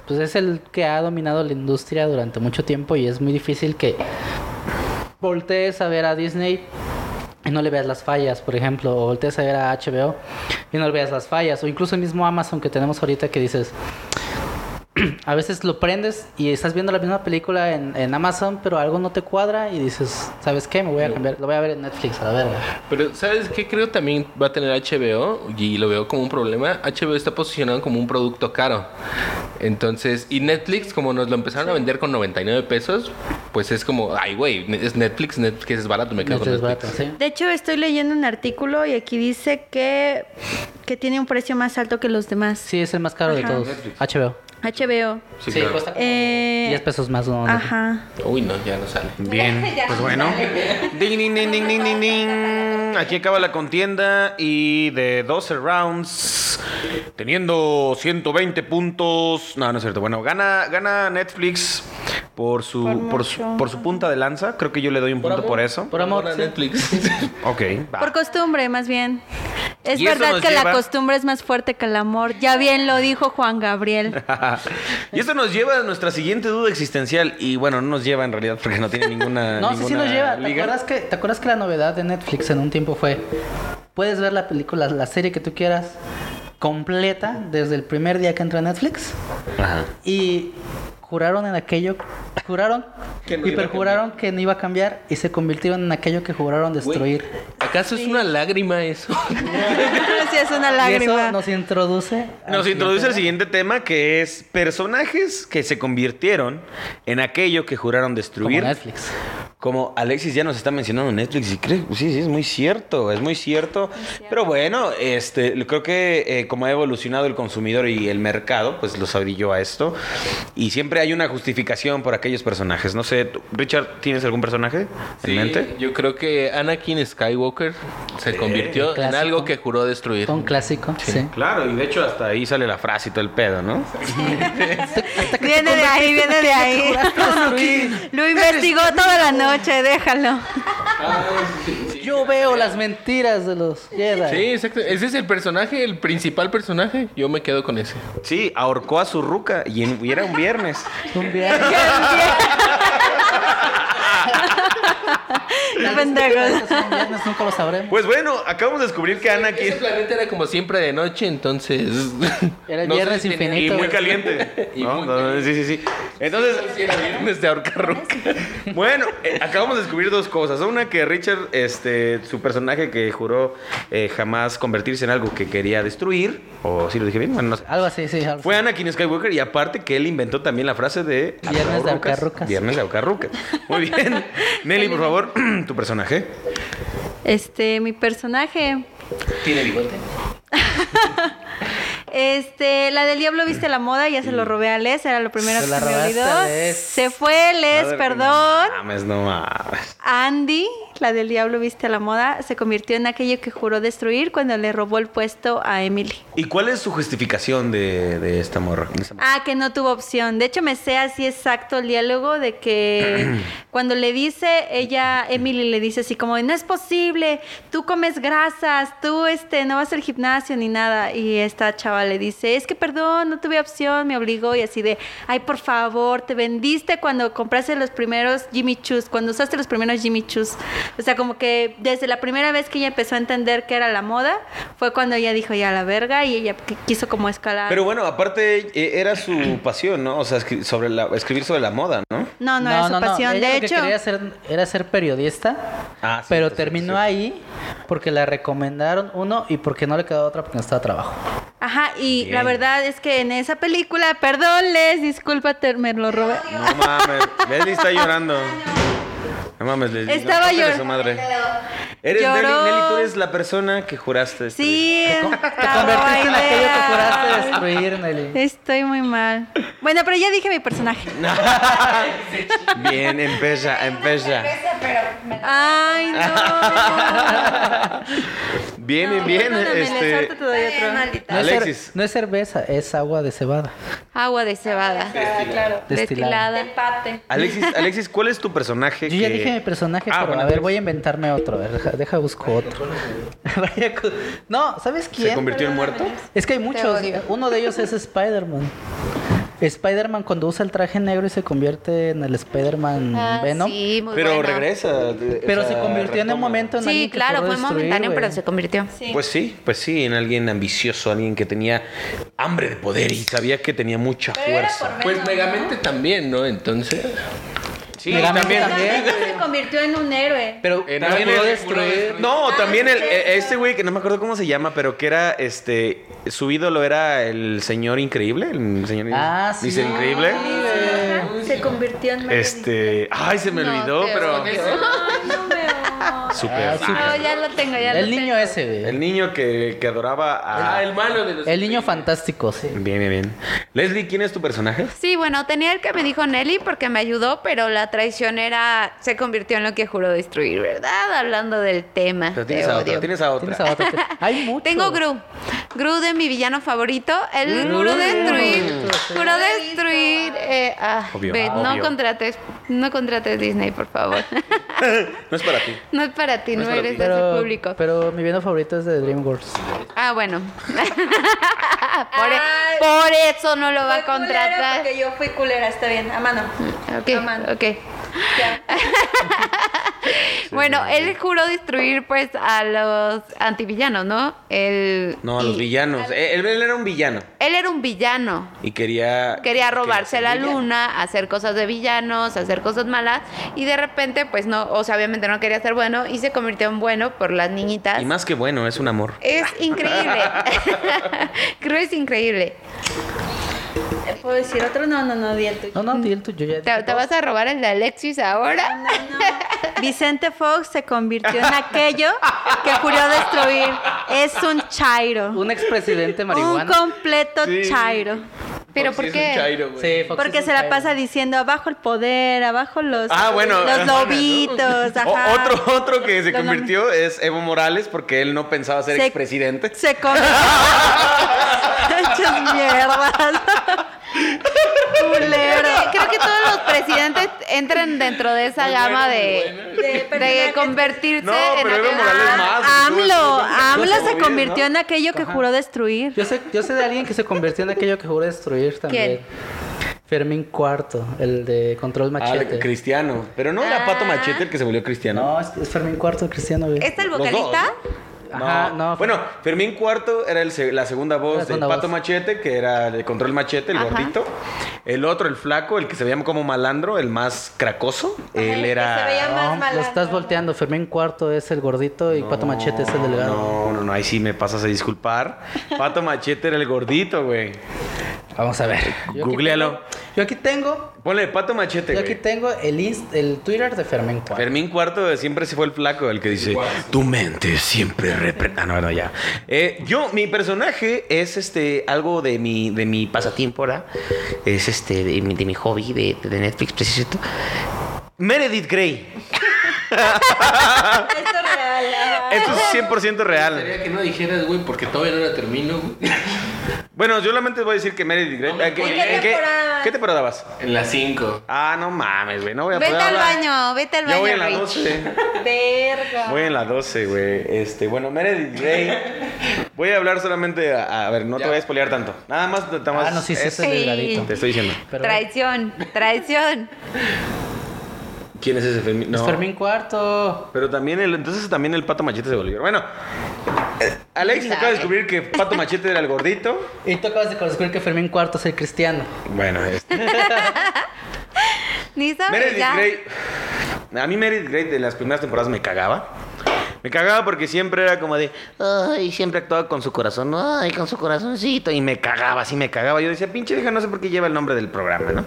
[SPEAKER 2] pues es el que ha dominado la industria durante mucho tiempo y es muy difícil que voltees a ver a Disney y no le veas las fallas, por ejemplo, o voltees a ver a HBO y no le veas las fallas, o incluso el mismo Amazon que tenemos ahorita que dices, [CLEARS THROAT] a veces lo prendes y estás viendo la misma película en, en Amazon, pero algo no te cuadra y dices, ¿sabes qué? Me voy a cambiar, lo voy a ver en Netflix, a la verga.
[SPEAKER 5] Pero, ¿sabes qué? Creo también va a tener HBO y lo veo como un problema. HBO está posicionado como un producto caro. Entonces, y Netflix, como nos lo empezaron a vender con 99 pesos, pues es como, ay, güey, es Netflix, Netflix es barato, me quedo
[SPEAKER 2] Netflix
[SPEAKER 5] con
[SPEAKER 2] barato,
[SPEAKER 5] Netflix.
[SPEAKER 2] sí.
[SPEAKER 4] De hecho, estoy leyendo un artículo y aquí dice que, que tiene un precio más alto que los demás.
[SPEAKER 2] Sí, es el más caro de
[SPEAKER 4] Ajá.
[SPEAKER 2] todos.
[SPEAKER 5] Netflix.
[SPEAKER 2] HBO.
[SPEAKER 4] HBO.
[SPEAKER 5] Sí, claro.
[SPEAKER 2] cuesta como
[SPEAKER 4] Eh,
[SPEAKER 2] 10 pesos más. ¿no?
[SPEAKER 4] Ajá.
[SPEAKER 5] Uy, no, [LAUGHS] ya no sale.
[SPEAKER 3] Bien, pues bueno. Ding, ding, ding, ding, ding, ding, ding. Aquí acaba la contienda y de 12 rounds, teniendo 120 puntos. No, no es cierto. Bueno, gana, gana Netflix por su, por, su, por su punta de lanza. Creo que yo le doy un punto por eso.
[SPEAKER 2] Por amor,
[SPEAKER 5] a
[SPEAKER 2] sí.
[SPEAKER 5] Netflix.
[SPEAKER 2] [LAUGHS]
[SPEAKER 3] Ok, va.
[SPEAKER 4] Por costumbre, más bien. Es
[SPEAKER 3] Ah. Y eso
[SPEAKER 4] verdad
[SPEAKER 3] nos
[SPEAKER 4] que
[SPEAKER 3] lleva-
[SPEAKER 4] la costumbre es más fuerte que el amor. Ya bien lo dijo Juan Gabriel.
[SPEAKER 3] [LAUGHS] y esto nos lleva a nuestra siguiente duda existencial. Y bueno, no nos lleva en realidad porque no tiene ninguna.
[SPEAKER 2] [LAUGHS] No, sí, sí
[SPEAKER 3] ninguna
[SPEAKER 2] nos lleva. ¿Te
[SPEAKER 3] liga.
[SPEAKER 2] acuerdas, que, ¿Te acuerdas que la novedad de Netflix en un tiempo fue? Puedes ver la película, la serie que tú quieras, completa desde el primer día que entra a Netflix.
[SPEAKER 3] Ajá.
[SPEAKER 2] Y juraron en aquello, juraron
[SPEAKER 5] Que no
[SPEAKER 2] y
[SPEAKER 5] iba a
[SPEAKER 2] perjuraron que no iba a cambiar y se convirtieron en aquello que juraron destruir.
[SPEAKER 5] ¿Acaso es una lágrima eso?
[SPEAKER 4] [LAUGHS] sí, es una
[SPEAKER 2] Y eso
[SPEAKER 4] lágrima.
[SPEAKER 2] nos introduce. al
[SPEAKER 3] Nos introduce el
[SPEAKER 2] siguiente
[SPEAKER 3] siguiente tema que es personajes que se convirtieron en aquello que juraron
[SPEAKER 2] tema,
[SPEAKER 3] destruir.
[SPEAKER 2] Como Netflix.
[SPEAKER 3] Como Alexis ya nos está mencionando Netflix y creo, sí, sí, es muy cierto, es muy cierto. Pero bueno, este, lo- creo que eh, como ha evolucionado el consumidor y el mercado, pues los abrilló a esto. Y siempre hay una justificación por aquellos personajes. No sé, tú- Richard, ¿tienes algún personaje en mente?
[SPEAKER 5] Yo creo que Anakin Skywalker se convirtió en
[SPEAKER 2] Clásico.
[SPEAKER 5] algo que juró destruir.
[SPEAKER 2] Un clásico, sí.
[SPEAKER 3] Claro, y de hecho hasta ahí sale la frase y todo el pedo, ¿no?
[SPEAKER 4] Viene de ahí, viene de
[SPEAKER 2] [LAUGHS]
[SPEAKER 4] ahí. Lo investigó toda la noche,
[SPEAKER 2] [LAUGHS]
[SPEAKER 4] déjalo.
[SPEAKER 2] Yo veo las mentiras de los Jedi.
[SPEAKER 5] Sí, exacto. Ese es el personaje, el principal personaje. Yo me quedo con ese.
[SPEAKER 3] Sí, ahorcó a su ruca y, en- y era un viernes.
[SPEAKER 2] Un viaje.
[SPEAKER 4] [LAUGHS]
[SPEAKER 2] [LAUGHS]
[SPEAKER 4] Qué pendejos.
[SPEAKER 2] Un viernes nunca lo sabremos.
[SPEAKER 3] Pues bueno, acabamos de descubrir que
[SPEAKER 5] Ese
[SPEAKER 3] Anakin...
[SPEAKER 5] planeta era como siempre de noche, entonces.
[SPEAKER 2] [LAUGHS] Era el
[SPEAKER 5] sé
[SPEAKER 2] viernes
[SPEAKER 5] si tenía-
[SPEAKER 2] infinito.
[SPEAKER 3] Y muy
[SPEAKER 2] Entonces-
[SPEAKER 3] caliente.
[SPEAKER 5] Y
[SPEAKER 3] ¿no?
[SPEAKER 5] muy
[SPEAKER 3] No, Sí, sí, sí. Entonces,
[SPEAKER 5] [LAUGHS] Sí, era viernes de ahorcar ruca.
[SPEAKER 3] bueno, eh, acabamos de descubrir dos cosas. Una, que Richard, este, su personaje que juró eh, jamás convertirse en algo que quería destruir, o si lo dije bien, bueno, no sé.
[SPEAKER 2] Algo así, sí. algo
[SPEAKER 3] Fue
[SPEAKER 2] así.
[SPEAKER 3] Anakin Skywalker y aparte que él inventó también la frase de...
[SPEAKER 2] Viernes de
[SPEAKER 3] ahorcarrucas.
[SPEAKER 2] ahorcarrucas.
[SPEAKER 3] Viernes de ahorcarrucas. Muy bien. Nelly, por favor, [CLEARS THROAT] tu personaje.
[SPEAKER 4] Este, mi personaje.
[SPEAKER 5] Tiene bigote.
[SPEAKER 4] Este, la del diablo viste la moda, ya se lo robé a Les, era lo primero
[SPEAKER 2] Se
[SPEAKER 4] que
[SPEAKER 2] la
[SPEAKER 4] se me
[SPEAKER 2] robaste
[SPEAKER 4] olvidó.
[SPEAKER 2] a Les.
[SPEAKER 4] Se fue Les,
[SPEAKER 3] Madre,
[SPEAKER 4] perdón.
[SPEAKER 3] No mames, no mames.
[SPEAKER 4] Andy, la del diablo viste la moda, se convirtió en aquello que juró destruir cuando le robó el puesto a Emily.
[SPEAKER 3] ¿Y cuál es su justificación de, de esta morra? De esta morra?
[SPEAKER 4] Ah, que no tuvo opción. De hecho, me sé así exacto el diálogo de que cuando le dice, ella, Emily le dice así como, no es posible, tú comes grasas, tú este, no vas al gimnasio ni nada. Y esta chava le dice, es que perdón, no tuve opción, me obligó y así de, ay, por favor, te vendiste cuando compraste los primeros Jimmy Choos, cuando usaste los primeros las Jimmy Choos. O sea, como que desde la primera vez que ella empezó a entender que era la moda, fue cuando ella dijo ya la verga y ella qu- quiso como escalar.
[SPEAKER 3] Pero bueno, aparte eh, era su pasión, ¿no? O sea, escri- sobre la, escribir sobre la moda, ¿no?
[SPEAKER 4] no, no, era su pasión.
[SPEAKER 2] Ella
[SPEAKER 4] De
[SPEAKER 2] lo que
[SPEAKER 4] hecho,
[SPEAKER 2] quería ser, era ser periodista,
[SPEAKER 3] Ah, sí,
[SPEAKER 2] pero
[SPEAKER 3] entonces,
[SPEAKER 2] terminó
[SPEAKER 3] sí.
[SPEAKER 2] ahí porque la recomendaron uno y porque no le quedó otra porque no estaba trabajo.
[SPEAKER 4] ajá, y la
[SPEAKER 3] Bien.
[SPEAKER 4] verdad es que en esa película, perdón, les disculpa, te- me lo robé.
[SPEAKER 3] No mames, Leslie está llorando. No mames, Leslie. no,
[SPEAKER 4] Estaba
[SPEAKER 3] córtale
[SPEAKER 4] llor-
[SPEAKER 3] su madre. Eres
[SPEAKER 4] Lloró.
[SPEAKER 3] Nelly, Nelly, tú eres la persona que juraste. destruir.
[SPEAKER 4] Sí,
[SPEAKER 2] Te convertiste en aquello que juraste destruir,
[SPEAKER 3] [LAUGHS]
[SPEAKER 2] Nelly.
[SPEAKER 4] Estoy muy mal. Bueno, pero ya dije mi personaje.
[SPEAKER 3] [LAUGHS] Bien, empieza, empieza.
[SPEAKER 4] Ay, no.
[SPEAKER 3] Bien,
[SPEAKER 4] No,
[SPEAKER 3] bien, bien.
[SPEAKER 4] perdóname, les
[SPEAKER 3] este,
[SPEAKER 4] harto te doy otro.
[SPEAKER 2] No es, cer-
[SPEAKER 3] Alexis.
[SPEAKER 2] no es cerveza, es agua de cebada.
[SPEAKER 6] Agua de cebada.
[SPEAKER 2] Destilada.
[SPEAKER 6] Destilada.
[SPEAKER 3] Alexis, Alexis, ¿cuál es tu personaje?
[SPEAKER 2] Yo ya
[SPEAKER 3] que-
[SPEAKER 2] dije mi personaje,
[SPEAKER 3] Ah,
[SPEAKER 2] pero
[SPEAKER 3] bueno,
[SPEAKER 2] a ver,
[SPEAKER 3] pues,
[SPEAKER 2] voy a inventarme otro. A ver, deja, deja busco otro. [LAUGHS] Vaya cu- no, ¿sabes quién?
[SPEAKER 3] ¿Se convirtió en muerto?
[SPEAKER 2] Es que hay muchos.
[SPEAKER 6] odio.
[SPEAKER 2] Uno de ellos es Spider-Man. Spider-Man cuando usa el traje negro y se convierte en el Spider-Man Venom.
[SPEAKER 6] Ah, Sí, muy
[SPEAKER 3] Pero
[SPEAKER 6] bueno.
[SPEAKER 3] regresa. de- o
[SPEAKER 2] Pero
[SPEAKER 3] sea,
[SPEAKER 2] se convirtió en
[SPEAKER 3] retoma.
[SPEAKER 2] un momento en
[SPEAKER 6] Sí,
[SPEAKER 2] alguien que
[SPEAKER 6] claro,
[SPEAKER 2] logró
[SPEAKER 6] fue
[SPEAKER 2] destruir,
[SPEAKER 6] momentáneo,
[SPEAKER 2] güey.
[SPEAKER 6] pero se convirtió.
[SPEAKER 3] Pues sí, pues sí, en alguien ambicioso, alguien que tenía hambre de poder y sabía que tenía mucha fuerza.
[SPEAKER 5] Pues Megamente también, ¿no? Entonces.
[SPEAKER 3] Sí,
[SPEAKER 2] Megamente
[SPEAKER 4] También se convirtió en un héroe.
[SPEAKER 2] Pero
[SPEAKER 5] En
[SPEAKER 2] también
[SPEAKER 5] algo
[SPEAKER 2] logró
[SPEAKER 5] que
[SPEAKER 2] destruir.
[SPEAKER 5] juró
[SPEAKER 3] No, también el, e- este güey que no me acuerdo cómo se llama, pero que era este su ídolo era el señor increíble, el señor
[SPEAKER 2] Ah, sí.
[SPEAKER 3] Mr. increíble.
[SPEAKER 4] Se convirtió en
[SPEAKER 3] Este, ay, se me
[SPEAKER 6] No,
[SPEAKER 3] olvidó,
[SPEAKER 6] te
[SPEAKER 3] pero
[SPEAKER 2] Ah,
[SPEAKER 3] super.
[SPEAKER 2] sí.
[SPEAKER 6] No, Ah, ya lo tengo, ya
[SPEAKER 2] El
[SPEAKER 6] lo
[SPEAKER 2] niño
[SPEAKER 6] tengo.
[SPEAKER 2] ese, güey.
[SPEAKER 3] El niño que, que adoraba a
[SPEAKER 5] Ah, el malo de los.
[SPEAKER 2] El niño fantástico, sí.
[SPEAKER 3] Bien, bien, bien. Leslie, ¿quién es tu personaje?
[SPEAKER 6] Sí, bueno, tenía el que me dijo Nelly porque me ayudó, pero la traicionera se convirtió en lo que juró destruir, ¿verdad? Hablando del tema.
[SPEAKER 3] Pero
[SPEAKER 6] te
[SPEAKER 3] tienes a otra,
[SPEAKER 6] odio.
[SPEAKER 3] tienes a otra.
[SPEAKER 2] Tienes a otro que-
[SPEAKER 6] [LAUGHS]
[SPEAKER 2] Hay muchos.
[SPEAKER 6] Tengo Gru. Gru de mi villano favorito. Él
[SPEAKER 2] Gru.
[SPEAKER 6] juró destruir.
[SPEAKER 2] Sí.
[SPEAKER 6] Juró destruir. eh, ah,
[SPEAKER 3] Obvio,
[SPEAKER 6] ve, No
[SPEAKER 3] obvio.
[SPEAKER 6] contrates, no contrates Disney, por
[SPEAKER 3] [LAUGHS]
[SPEAKER 6] favor. [LAUGHS]
[SPEAKER 3] No es para ti.
[SPEAKER 6] No es para ti, no,
[SPEAKER 3] para
[SPEAKER 6] eres
[SPEAKER 3] ti.
[SPEAKER 6] de
[SPEAKER 2] Pero,
[SPEAKER 6] ese público.
[SPEAKER 2] pero mi villano favorito es de DreamWorks.
[SPEAKER 6] Ah, bueno. [LAUGHS] por, e- por eso no lo va a contratar.
[SPEAKER 4] Pues, Porque yo fui culera, está bien, a mano.
[SPEAKER 6] Ok,
[SPEAKER 4] A mano.
[SPEAKER 6] ok.
[SPEAKER 3] [LAUGHS]
[SPEAKER 6] bueno, él juró destruir pues a los antivillanos, ¿no? Él,
[SPEAKER 3] No, a los
[SPEAKER 6] y-
[SPEAKER 3] villanos. Eh, Él, él era un villano
[SPEAKER 6] Él era un villano.
[SPEAKER 3] y quería
[SPEAKER 6] Quería robarse
[SPEAKER 3] ser
[SPEAKER 6] la
[SPEAKER 3] villano.
[SPEAKER 6] luna, hacer cosas de villanos, hacer cosas malas. Y de repente, pues no, o sea, obviamente no quería ser bueno y se convirtió en bueno por las niñitas.
[SPEAKER 3] Y más que bueno, es un amor.
[SPEAKER 6] Es
[SPEAKER 3] [LAUGHS]
[SPEAKER 6] increíble. [LAUGHS] Creo es increíble.
[SPEAKER 4] ¿Puedo decir otro? No, no, no, di el tuyo.
[SPEAKER 2] No, no, di el tuyo ya.
[SPEAKER 6] ¿Te, te vas a robar el de Alexis ahora?
[SPEAKER 4] Vicente Fox se convirtió en aquello que juró destruir. Es un chairo.
[SPEAKER 2] Un expresidente
[SPEAKER 4] Un
[SPEAKER 2] marihuana.
[SPEAKER 4] completo
[SPEAKER 5] Sí.
[SPEAKER 4] chairo.
[SPEAKER 6] ¿Pero
[SPEAKER 5] Foxy
[SPEAKER 6] por
[SPEAKER 5] Oh, es un
[SPEAKER 6] qué?
[SPEAKER 5] chairo, güey.
[SPEAKER 2] Sí, Fox
[SPEAKER 4] Porque
[SPEAKER 2] es un
[SPEAKER 4] se la
[SPEAKER 2] caído.
[SPEAKER 4] pasa diciendo abajo el poder, abajo los,
[SPEAKER 3] Ah, bueno, [LAUGHS]
[SPEAKER 4] los
[SPEAKER 3] ajá, ¿no?
[SPEAKER 4] lobitos.
[SPEAKER 3] O-
[SPEAKER 4] ajá.
[SPEAKER 3] otro, otro que se
[SPEAKER 4] Los
[SPEAKER 3] convirtió es Evo Morales porque él no pensaba ser
[SPEAKER 4] Se-
[SPEAKER 3] expresidente.
[SPEAKER 4] Se come. [LAUGHS] Hechas mierdas.
[SPEAKER 6] Creo
[SPEAKER 4] Culero.
[SPEAKER 6] que, creo que todos los presidentes entran dentro de esa gama de, de convertirse
[SPEAKER 3] No,
[SPEAKER 6] en
[SPEAKER 3] pero Evo
[SPEAKER 6] aquel-
[SPEAKER 3] Morales más.
[SPEAKER 6] Ah,
[SPEAKER 4] AMLO, AMLO se convirtió en
[SPEAKER 3] ¿no?
[SPEAKER 4] aquello que juró destruir.
[SPEAKER 2] Yo sé, yo sé de alguien que se convirtió en aquello que juró destruir también. Fermín Cuarto, el de Control
[SPEAKER 3] Ah,
[SPEAKER 2] Machete.
[SPEAKER 3] cristiano. Pero no
[SPEAKER 6] Ah.
[SPEAKER 3] era Pato Machete el que se volvió cristiano.
[SPEAKER 2] no, es, es Fermín Cuarto, Cristiano. güey.
[SPEAKER 6] ¿Es ¿Este el
[SPEAKER 3] Los dos,
[SPEAKER 6] vocalista?
[SPEAKER 3] ¿no?
[SPEAKER 2] Ajá,
[SPEAKER 3] No.
[SPEAKER 2] no.
[SPEAKER 3] Bueno, Fermín Cuarto era el se- la segunda voz
[SPEAKER 2] La segunda
[SPEAKER 3] de Pato
[SPEAKER 2] voz.
[SPEAKER 3] Machete, que era de Control Machete, el
[SPEAKER 6] Ajá.
[SPEAKER 3] gordito. El otro, el flaco, el que se veía como malandro, el más cracoso. él era.
[SPEAKER 2] No, lo estás volteando. Fermín Cuarto es el gordito y Pato Machete es el delgado.
[SPEAKER 3] No, no, no, ahí sí me pasas a disculpar. Pato Machete era el gordito, güey.
[SPEAKER 2] Vamos a ver. Yo aquí
[SPEAKER 3] Googlealo.
[SPEAKER 2] tengo- Yo aquí tengo,
[SPEAKER 3] Ponle Pato Machete,
[SPEAKER 2] yo aquí
[SPEAKER 3] güey.
[SPEAKER 2] tengo el, inst- el Twitter de Fermín Cuarto.
[SPEAKER 3] Fermín Cuarto siempre se fue el flaco, el que dice, tu mente siempre repre... Ah, no, no, ya. Eh, yo, mi personaje es este, algo de mi, de mi pasatiempo, ¿verdad? Es este, de mi, de mi hobby, de, de Netflix, precisito. Meredith Grey.
[SPEAKER 4] Esto es real.
[SPEAKER 3] Esto es 100% real.
[SPEAKER 5] Gustaría que no dijeras, güey, porque todavía no la termino, güey.
[SPEAKER 3] Bueno, yo solamente voy a decir que Meredith Grey...
[SPEAKER 5] No,
[SPEAKER 3] ¿En qué,
[SPEAKER 5] ¿en
[SPEAKER 4] qué
[SPEAKER 3] en qué-
[SPEAKER 4] temporada?
[SPEAKER 3] qué temporada vas?
[SPEAKER 5] En las 5.
[SPEAKER 3] Ah, no mames, güey. No voy a
[SPEAKER 6] Vete
[SPEAKER 3] poder
[SPEAKER 6] al
[SPEAKER 3] hablar.
[SPEAKER 6] baño, vete al
[SPEAKER 3] Yo voy en la
[SPEAKER 6] baño, Rich.
[SPEAKER 3] 12.
[SPEAKER 4] Verga.
[SPEAKER 3] Voy en la 12, güey. Este, bueno, Meredith Grey. Voy a hablar solamente a, a ver, no te
[SPEAKER 5] Ya.
[SPEAKER 3] voy a espolear tanto. Nada más, nada
[SPEAKER 2] Ah,
[SPEAKER 3] más
[SPEAKER 2] no, sí, sí,
[SPEAKER 3] es-
[SPEAKER 2] es el delgadito.
[SPEAKER 3] Te estoy diciendo.
[SPEAKER 2] Pero-
[SPEAKER 6] Traición, traición.
[SPEAKER 3] ¿Quién es ese Fermín? No.
[SPEAKER 2] Es Fermín Cuarto.
[SPEAKER 3] Pero también el, entonces también el Pato Machete se volvió. Bueno, eh, Alex acaba de descubrir que Pato Machete era el gordito.
[SPEAKER 2] Y tú acabas de descubrir que Fermín Cuarto es el cristiano.
[SPEAKER 3] Bueno, este.
[SPEAKER 6] Ni sabes
[SPEAKER 3] Meredith
[SPEAKER 6] ya.
[SPEAKER 3] Grey. A mí Meredith Grey de las primeras temporadas me cagaba. Me cagaba porque siempre era como de, ay, siempre actuaba con su corazón, ay, con su corazoncito. Y me cagaba, sí me cagaba. Yo decía, pinche vieja, no sé por qué lleva el nombre del programa,
[SPEAKER 6] [LAUGHS]
[SPEAKER 3] ¿no?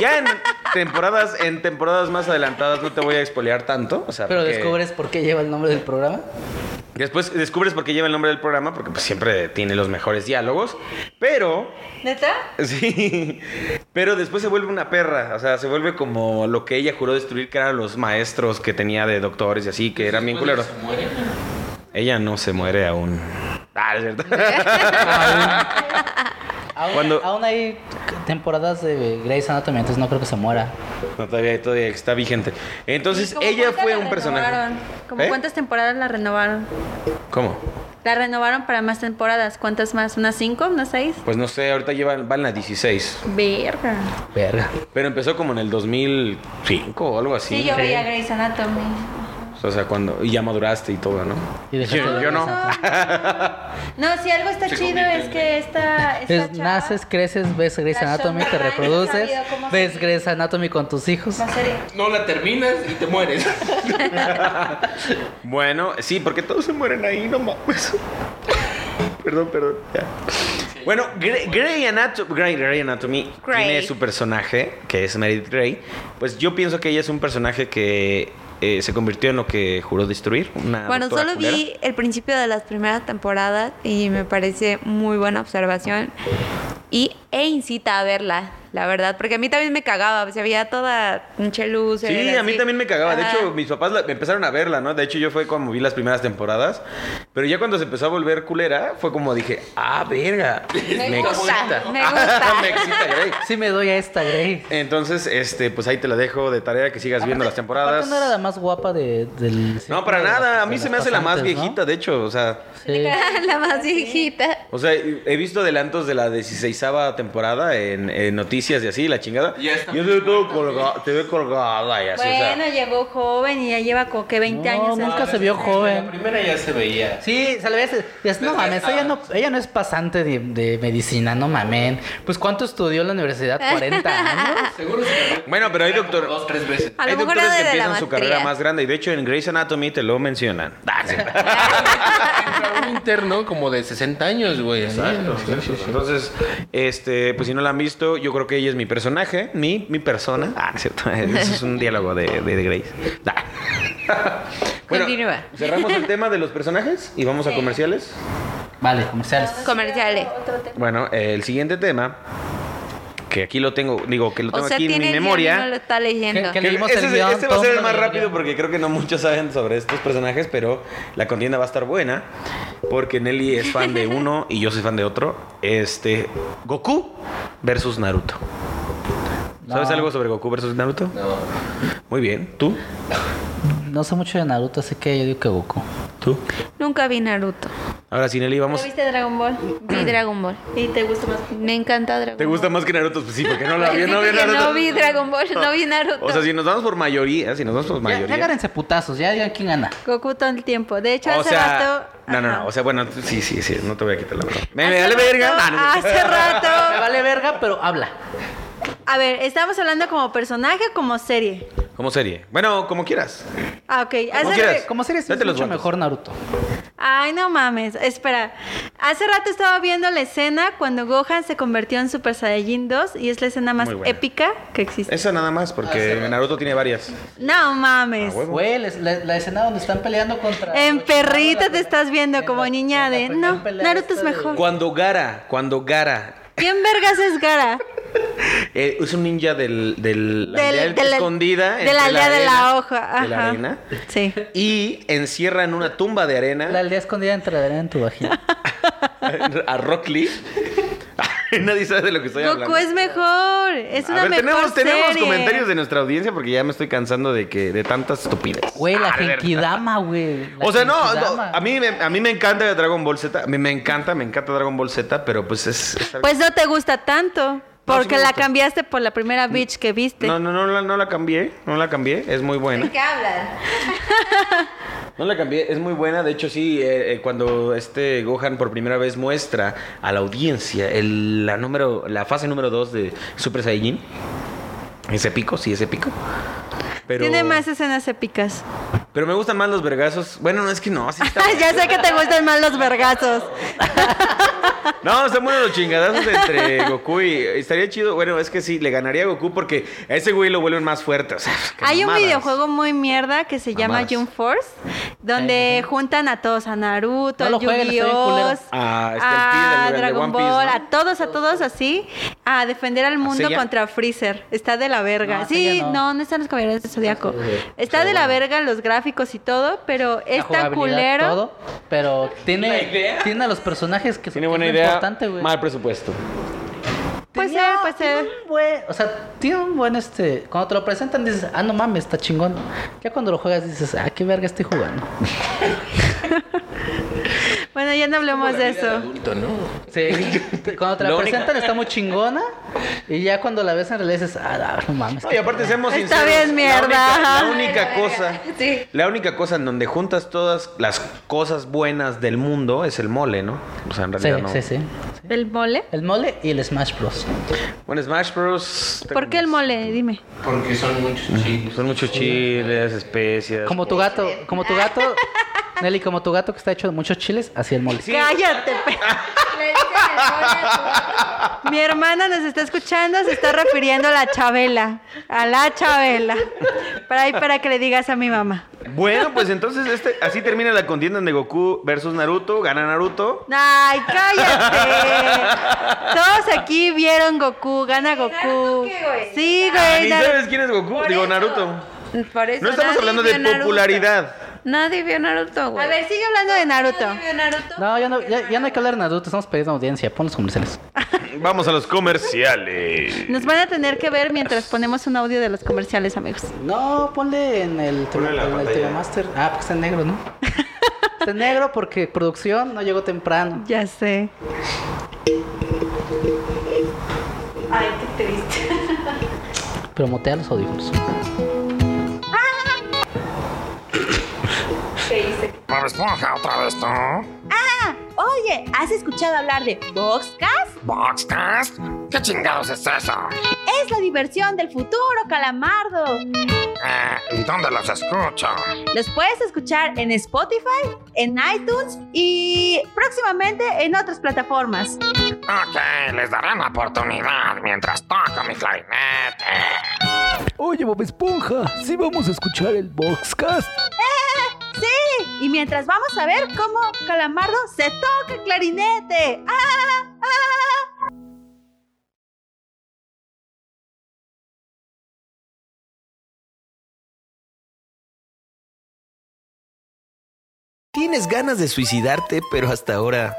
[SPEAKER 3] ya en temporadas, en temporadas más adelantadas no te voy a expoliar tanto. O sea,
[SPEAKER 2] Pero
[SPEAKER 3] porque-
[SPEAKER 2] descubres por qué lleva el nombre del programa.
[SPEAKER 3] Después descubres por qué lleva el nombre del programa, porque pues, siempre tiene los mejores diálogos. Pero
[SPEAKER 6] ¿Neta?
[SPEAKER 3] [LAUGHS] Sí, pero después se vuelve una perra, o sea, se vuelve como lo que ella juró destruir, que eran los maestros que tenía de doctores y así, que eran bien culeros. Ella no se muere aún. Ah, es
[SPEAKER 4] [LAUGHS]
[SPEAKER 3] verdad.
[SPEAKER 2] Aún,
[SPEAKER 3] Cuando-
[SPEAKER 2] aún hay temporadas de Grey's Anatomy, entonces no creo que se muera.
[SPEAKER 3] No, todavía, todavía está vigente. Entonces,
[SPEAKER 4] ¿Y cómo
[SPEAKER 3] ella
[SPEAKER 4] cuántas
[SPEAKER 3] fue
[SPEAKER 4] la
[SPEAKER 3] un personaje.
[SPEAKER 4] renovaron? ¿Cómo
[SPEAKER 3] ¿Eh?
[SPEAKER 4] cuántas temporadas la renovaron?
[SPEAKER 3] ¿Cómo?
[SPEAKER 4] La renovaron para más temporadas. ¿Cuántas más? ¿Unas cinco? ¿Unas seis?
[SPEAKER 3] Pues no sé, ahorita llevan, van las 16.
[SPEAKER 4] Verga.
[SPEAKER 2] Verga.
[SPEAKER 3] Pero empezó como en el 2005 o algo así.
[SPEAKER 6] Sí, yo veía Grey's Anatomy.
[SPEAKER 3] O sea, cuando. Y ya maduraste y todo, ¿no?
[SPEAKER 2] Y dejaste
[SPEAKER 3] Yo-
[SPEAKER 2] de
[SPEAKER 3] yo
[SPEAKER 2] ver
[SPEAKER 3] no.
[SPEAKER 2] eso.
[SPEAKER 3] [LAUGHS]
[SPEAKER 6] No, si algo está chido es que esta, esta
[SPEAKER 2] Es,
[SPEAKER 6] chava
[SPEAKER 2] naces, creces, ves Grey's
[SPEAKER 6] La
[SPEAKER 2] Anatomy, te
[SPEAKER 6] Shonda Rhimes
[SPEAKER 2] reproduces,
[SPEAKER 6] sabía cómo
[SPEAKER 2] ves
[SPEAKER 6] hacer-
[SPEAKER 2] Grey's Anatomy con tus hijos.
[SPEAKER 6] va a ser-
[SPEAKER 5] No la terminas y
[SPEAKER 2] [LAUGHS]
[SPEAKER 5] te mueres.
[SPEAKER 3] Bueno, sí, porque todos se mueren ahí, no mames. [LAUGHS] perdón, perdón. ya. Bueno, Gre- Grey, Anato- Grey- Grey Anatomy
[SPEAKER 6] Grey.
[SPEAKER 3] tiene su personaje, que es Meredith Grey. Pues yo pienso que ella es un personaje que eh, se convirtió en lo que juró destruir. Una
[SPEAKER 6] Bueno,
[SPEAKER 3] doctora
[SPEAKER 6] solo
[SPEAKER 3] culera.
[SPEAKER 6] vi el principio de las primeras temporadas y me parece muy buena observación y, e incita a verla, la verdad, porque a mí también me cagaba, se veía toda pinche luz. se
[SPEAKER 3] Sí,
[SPEAKER 6] veía
[SPEAKER 3] a mí
[SPEAKER 6] así.
[SPEAKER 3] también me cagaba. De
[SPEAKER 6] Ajá.
[SPEAKER 3] hecho, mis papás la- empezaron a verla, ¿no? De hecho, yo fue cuando vi las primeras temporadas. Pero ya cuando se empezó a volver culera, fue como dije, ah, verga. Me, [LAUGHS]
[SPEAKER 6] gusta,
[SPEAKER 3] excita.
[SPEAKER 6] me gusta.
[SPEAKER 3] [LAUGHS] me excita, Grey.
[SPEAKER 2] Sí me doy a esta Grey.
[SPEAKER 3] Entonces, este, pues ahí te la dejo de tarea que sigas viendo las temporadas.
[SPEAKER 2] Aparte no era la más guapa de, del...
[SPEAKER 3] No, para nada. A mí
[SPEAKER 2] de
[SPEAKER 3] se
[SPEAKER 2] las
[SPEAKER 3] me hace la más
[SPEAKER 2] pasantes, ¿no?
[SPEAKER 3] viejita, de hecho. O sea,
[SPEAKER 2] Sí.
[SPEAKER 6] [LAUGHS] la más viejita.
[SPEAKER 3] o sea, he visto adelantos de la 16 temporada en, en noticias y así, la chingada.
[SPEAKER 5] Ya está
[SPEAKER 3] Yo te veo todo colgada, te veo colgada y así, o
[SPEAKER 4] Bueno,
[SPEAKER 3] sea.
[SPEAKER 4] llegó joven y ya lleva como que 20
[SPEAKER 2] No,
[SPEAKER 4] años.
[SPEAKER 2] nunca
[SPEAKER 4] así.
[SPEAKER 2] se vio
[SPEAKER 5] La
[SPEAKER 2] joven.
[SPEAKER 5] primera ya se veía.
[SPEAKER 2] Sí, o sea, a veces dices, no mames, ella no, ella no es pasante de, de medicina, no mamen. Pues ¿cuánto estudió en la
[SPEAKER 6] [LAUGHS]
[SPEAKER 2] universidad? ¿40 años?
[SPEAKER 5] Seguro se
[SPEAKER 3] Bueno, pero hay
[SPEAKER 5] Como
[SPEAKER 3] doctor-
[SPEAKER 5] Dos, tres [LAUGHS] veces.
[SPEAKER 6] A lo
[SPEAKER 3] Hay
[SPEAKER 6] mejor
[SPEAKER 3] doctores que
[SPEAKER 6] era de la
[SPEAKER 3] empiezan su
[SPEAKER 6] maestría.
[SPEAKER 3] carrera más grande y de hecho en Grey's Anatomy te lo mencionan. [LAUGHS] Ah, sí.
[SPEAKER 5] Entra un interno como de 60 años, güey. así.
[SPEAKER 3] Entonces, este, pues si no la han visto, yo creo que ella es mi personaje, mi, mi persona. Ah, no es cierto. [LAUGHS] Eso es un diálogo de, de, de Grace.
[SPEAKER 6] [LAUGHS]
[SPEAKER 3] Ah. Bueno,
[SPEAKER 6] Continúa.
[SPEAKER 3] cerramos el tema de los personajes y vamos a comerciales.
[SPEAKER 2] Vale, comerciales.
[SPEAKER 6] Comerciales.
[SPEAKER 3] Bueno, eh, el siguiente tema, que aquí lo tengo, digo, que lo
[SPEAKER 6] O
[SPEAKER 3] tengo
[SPEAKER 6] sea,
[SPEAKER 3] aquí en
[SPEAKER 6] tiene
[SPEAKER 3] mi
[SPEAKER 6] el guión y no lo
[SPEAKER 3] memoria.
[SPEAKER 6] está leyendo.
[SPEAKER 2] ¿Qué-
[SPEAKER 3] Que
[SPEAKER 2] Leímos
[SPEAKER 3] ese
[SPEAKER 2] el
[SPEAKER 3] es-
[SPEAKER 2] guión,
[SPEAKER 3] este va a
[SPEAKER 2] todo
[SPEAKER 3] ser el
[SPEAKER 2] mundo
[SPEAKER 3] más
[SPEAKER 2] leyó el
[SPEAKER 3] rápido
[SPEAKER 2] guión.
[SPEAKER 3] porque creo que no muchos saben sobre estos personajes, pero la contienda va a estar buena porque Nelly es fan de uno y yo soy fan de otro. Este, Goku versus Naruto. ¿Sabes
[SPEAKER 2] No.
[SPEAKER 3] algo sobre Goku versus Naruto?
[SPEAKER 5] No.
[SPEAKER 3] Muy bien. ¿Tú?
[SPEAKER 2] No sé mucho de Naruto, así que yo digo que Goku.
[SPEAKER 3] ¿Tú?
[SPEAKER 6] Nunca vi Naruto.
[SPEAKER 3] Ahora sí, Nelly,
[SPEAKER 4] ¿No
[SPEAKER 3] vamos.
[SPEAKER 4] viste Dragon Ball?
[SPEAKER 6] Vi Dragon Ball.
[SPEAKER 4] ¿Y te gusta más?
[SPEAKER 6] Me encanta Dragon
[SPEAKER 3] Mm. ¿Te
[SPEAKER 6] Ball. [LAUGHS]
[SPEAKER 3] gusta más que Naruto? Pues sí, porque no la
[SPEAKER 6] Pues
[SPEAKER 3] vi,
[SPEAKER 6] sí,
[SPEAKER 3] no vi
[SPEAKER 6] porque
[SPEAKER 3] Naruto.
[SPEAKER 6] no vi Dragon Ball, no vi Naruto.
[SPEAKER 3] [LAUGHS] O sea, si nos vamos por mayoría, ¿eh? si nos vamos por
[SPEAKER 2] Ya, ya
[SPEAKER 3] mayoría.
[SPEAKER 2] agárrense putazos, ya digan quién gana.
[SPEAKER 4] Goku todo el tiempo. De hecho,
[SPEAKER 3] O
[SPEAKER 4] hace
[SPEAKER 3] sea,
[SPEAKER 4] rato.
[SPEAKER 3] no, no,
[SPEAKER 4] Ajá.
[SPEAKER 3] no. O sea, bueno, sí, sí, sí. No te voy a quitar la broma. Me, me
[SPEAKER 4] Hace
[SPEAKER 3] dale verga.
[SPEAKER 4] rato-
[SPEAKER 3] Ah, no, no. [LAUGHS]
[SPEAKER 4] Hace
[SPEAKER 2] Me
[SPEAKER 4] rato.
[SPEAKER 2] vale verga, pero habla.
[SPEAKER 4] A ver, ¿estamos hablando como personaje o como serie?
[SPEAKER 3] Como serie. Bueno, como quieras.
[SPEAKER 4] Ah, ok. Hace-
[SPEAKER 3] quieras.
[SPEAKER 2] Como series es
[SPEAKER 3] Date los
[SPEAKER 2] mucho
[SPEAKER 3] guantes.
[SPEAKER 2] mejor Naruto.
[SPEAKER 4] Ay, no mames. Espera. Hace rato estaba viendo la escena cuando Gohan se convirtió en Super Saiyajin 2 y es la escena más
[SPEAKER 3] Muy buena.
[SPEAKER 4] épica que existe.
[SPEAKER 3] Esa nada más,
[SPEAKER 4] Ah,
[SPEAKER 3] porque Naruto tiene varias.
[SPEAKER 4] No mames.
[SPEAKER 3] A huevo.
[SPEAKER 2] Güey, les- la, la escena donde están peleando contra.
[SPEAKER 4] En
[SPEAKER 2] Orochimaru,
[SPEAKER 4] perrita
[SPEAKER 2] la-
[SPEAKER 4] te estás viendo
[SPEAKER 2] en
[SPEAKER 4] como
[SPEAKER 2] la-
[SPEAKER 4] niña
[SPEAKER 2] en la
[SPEAKER 4] de,
[SPEAKER 2] primera
[SPEAKER 4] "No,
[SPEAKER 2] pelea
[SPEAKER 4] Naruto es
[SPEAKER 2] esta
[SPEAKER 4] mejor".
[SPEAKER 3] Cuando Gara, cuando Gara
[SPEAKER 4] ¿Quién vergas es Gara?
[SPEAKER 3] eh, es un ninja del, del, la
[SPEAKER 4] Del-
[SPEAKER 3] aldea
[SPEAKER 4] de la-
[SPEAKER 3] escondida.
[SPEAKER 4] de
[SPEAKER 3] entre
[SPEAKER 4] la aldea de la
[SPEAKER 3] arena-
[SPEAKER 4] hoja,
[SPEAKER 3] De la
[SPEAKER 4] ajá.
[SPEAKER 3] arena.
[SPEAKER 4] Sí.
[SPEAKER 3] Y encierra en una tumba de arena
[SPEAKER 2] La aldea escondida entre la arena en
[SPEAKER 4] [LAUGHS]
[SPEAKER 2] tu vagina.
[SPEAKER 3] [LAUGHS] a Rock Lee. Nadie sabe de lo que estoy hablando.
[SPEAKER 4] Goku es mejor. Es
[SPEAKER 3] A
[SPEAKER 4] una
[SPEAKER 3] ver,
[SPEAKER 4] mejor
[SPEAKER 3] tenemos, tenemos
[SPEAKER 4] serie.
[SPEAKER 3] comentarios de nuestra audiencia porque ya me estoy cansando de que de tantas estupidez.
[SPEAKER 2] Güey, la
[SPEAKER 3] Ah, de verdad.
[SPEAKER 2] Genkidama, güey. la
[SPEAKER 3] O sea, no, no,
[SPEAKER 2] Genkidama.
[SPEAKER 3] a, mí, me- a mí me encanta Dragon Ball Z. Me, me encanta, me encanta Dragon Ball Z, pero pues es. es algo-
[SPEAKER 4] Pues no te gusta tanto. Porque
[SPEAKER 3] me
[SPEAKER 4] la
[SPEAKER 3] gusta. Mm.
[SPEAKER 4] cambiaste por la primera bitch que viste.
[SPEAKER 3] No, no, no, la- no la cambié, no la cambié, es muy buena.
[SPEAKER 6] ¿Qué hablan?
[SPEAKER 3] No la cambié, es muy buena. De hecho, sí, eh, eh, cuando este Gohan por primera vez muestra a la audiencia el- la, número, la fase número 2 de Super Saiyajin. Es épico, sí, es épico. Pero,
[SPEAKER 4] Tiene más e-
[SPEAKER 3] [LAUGHS]
[SPEAKER 4] escenas épicas.
[SPEAKER 3] pero me gustan más los vergazos. Bueno, no es que no. sí está-
[SPEAKER 4] [LAUGHS] ya sé que te gustan más los vergazos.
[SPEAKER 3] no, están buenos los chingadazos entre Goku y. Estaría chido. Bueno, es que sí, le ganaría a Goku porque a ese güey lo vuelven más fuerte. o sea, qué
[SPEAKER 4] Hay un
[SPEAKER 3] mamadas.
[SPEAKER 4] videojuego muy mierda que se llama
[SPEAKER 3] Mamadas.
[SPEAKER 4] June Force, donde juntan a todos, a Naruto,
[SPEAKER 2] No lo
[SPEAKER 4] a
[SPEAKER 2] jueguen, está bien
[SPEAKER 4] Yu-Gi-Oh,
[SPEAKER 2] culero.
[SPEAKER 3] Ah, este, el
[SPEAKER 4] a,
[SPEAKER 3] Pi del- el de
[SPEAKER 4] Dragon
[SPEAKER 3] One Piece,
[SPEAKER 4] Ball,
[SPEAKER 3] ¿no?
[SPEAKER 4] a todos, a todos así, a defender al mundo
[SPEAKER 3] Seiya?
[SPEAKER 4] contra Freezer. Está de la verga.
[SPEAKER 2] No,
[SPEAKER 4] sí,
[SPEAKER 2] Seiya no.
[SPEAKER 4] no, no están los caballeros de Zodíaco.
[SPEAKER 2] Sí.
[SPEAKER 4] Está de la verga los gráficos y todo, pero
[SPEAKER 2] La
[SPEAKER 4] es tan
[SPEAKER 2] jugabilidad,
[SPEAKER 4] culero.
[SPEAKER 2] Todo, pero tiene, tiene a los personajes que
[SPEAKER 3] Tiene
[SPEAKER 2] que
[SPEAKER 3] buena
[SPEAKER 2] es lo
[SPEAKER 3] idea.
[SPEAKER 2] importante, güey.
[SPEAKER 3] Mal presupuesto.
[SPEAKER 4] Pues
[SPEAKER 2] Tenía-
[SPEAKER 4] sí, pues sí.
[SPEAKER 2] tiene un buen- o sea, tiene un buen este. Cuando te lo presentan dices, ah, no mames, está chingón. Ya cuando lo juegas dices, ah, qué verga estoy jugando.
[SPEAKER 4] Bueno, ya no hablemos de eso.
[SPEAKER 5] Adulto, ¿no?
[SPEAKER 2] Sí, [LAUGHS] cuando te la
[SPEAKER 3] Lo único-
[SPEAKER 2] presentan está muy chingona. Y ya cuando la ves en realidad dices, ah, no mames.
[SPEAKER 3] No, y aparte seamos
[SPEAKER 4] Está
[SPEAKER 3] sinceros.
[SPEAKER 4] bien, mierda.
[SPEAKER 3] La única, la única cosa.
[SPEAKER 6] Sí.
[SPEAKER 3] La única cosa en donde juntas todas las cosas buenas del mundo es el mole, ¿no? O sea, en
[SPEAKER 2] Sí,
[SPEAKER 3] realidad no.
[SPEAKER 2] sí, sí.
[SPEAKER 4] ¿El mole?
[SPEAKER 2] El mole y el Smash Bros.
[SPEAKER 3] Bueno, Smash Bros.
[SPEAKER 4] ¿Por qué el mole? Dime.
[SPEAKER 5] Porque son muchos chiles.
[SPEAKER 3] Son muchos chiles, especias.
[SPEAKER 2] Como tu gato, como tu gato, Nelly, como tu gato que está hecho de muchos chiles, así el mole.
[SPEAKER 4] Cállate, pe-
[SPEAKER 6] Le dicen el
[SPEAKER 4] Mi hermana nos está escuchando, se está refiriendo a la Chabela. A la Chabela. Para ahí, para que le digas a mi mamá.
[SPEAKER 3] Bueno, pues entonces este, así termina la contienda de Goku versus Naruto. Gana Naruto.
[SPEAKER 4] Ay, cállate. Todos aquí vieron Goku, gana Goku.
[SPEAKER 6] Naruto, ¿qué, güey?
[SPEAKER 4] Sí,
[SPEAKER 3] Ah,
[SPEAKER 4] güey.
[SPEAKER 3] ¿Ni
[SPEAKER 4] Nar-
[SPEAKER 3] sabes quién es Goku? Digo, Naruto.
[SPEAKER 6] Naruto. Por eso
[SPEAKER 3] No estamos
[SPEAKER 6] nadie
[SPEAKER 3] hablando
[SPEAKER 6] vio
[SPEAKER 3] de
[SPEAKER 6] Naruto.
[SPEAKER 3] popularidad.
[SPEAKER 6] Nadie vio Naruto, güey.
[SPEAKER 4] A ver, sigue hablando de Naruto.
[SPEAKER 6] Nadie vio Naruto.
[SPEAKER 2] No, ya no, ya, ya no hay que hablar de Naruto, estamos perdiendo audiencia. Pon los comerciales.
[SPEAKER 3] Vamos a los comerciales.
[SPEAKER 4] Nos van a tener que ver mientras ponemos un audio de los comerciales, amigos.
[SPEAKER 2] No, ponle en el,
[SPEAKER 3] Ponle en la
[SPEAKER 2] en el
[SPEAKER 3] pantalla.
[SPEAKER 2] TV Master. Ah, porque está en negro, ¿no? [LAUGHS] está en negro porque producción no llegó temprano.
[SPEAKER 4] Ya sé.
[SPEAKER 6] Ay, qué triste.
[SPEAKER 2] Pero motea los audífonos.
[SPEAKER 6] ¿Qué hice?
[SPEAKER 7] Ah, oye, ¿has escuchado hablar de Boxcast?
[SPEAKER 8] Boxcast? ¿Qué chingados es eso?
[SPEAKER 7] Es la diversión del futuro, calamardo.
[SPEAKER 8] Eh, ¿Y dónde los escucho?
[SPEAKER 7] Los puedes escuchar en Spotify, en iTunes y próximamente en otras plataformas.
[SPEAKER 8] Ok, les daré una oportunidad mientras toco mi clarinete.
[SPEAKER 9] Oye, Bob Esponja, sí vamos a escuchar el Boxcast.
[SPEAKER 7] Sí, y mientras vamos a ver cómo calamardo se toca clarinete. ¡Ah! ¡Ah!
[SPEAKER 10] Tienes ganas de suicidarte, pero hasta ahora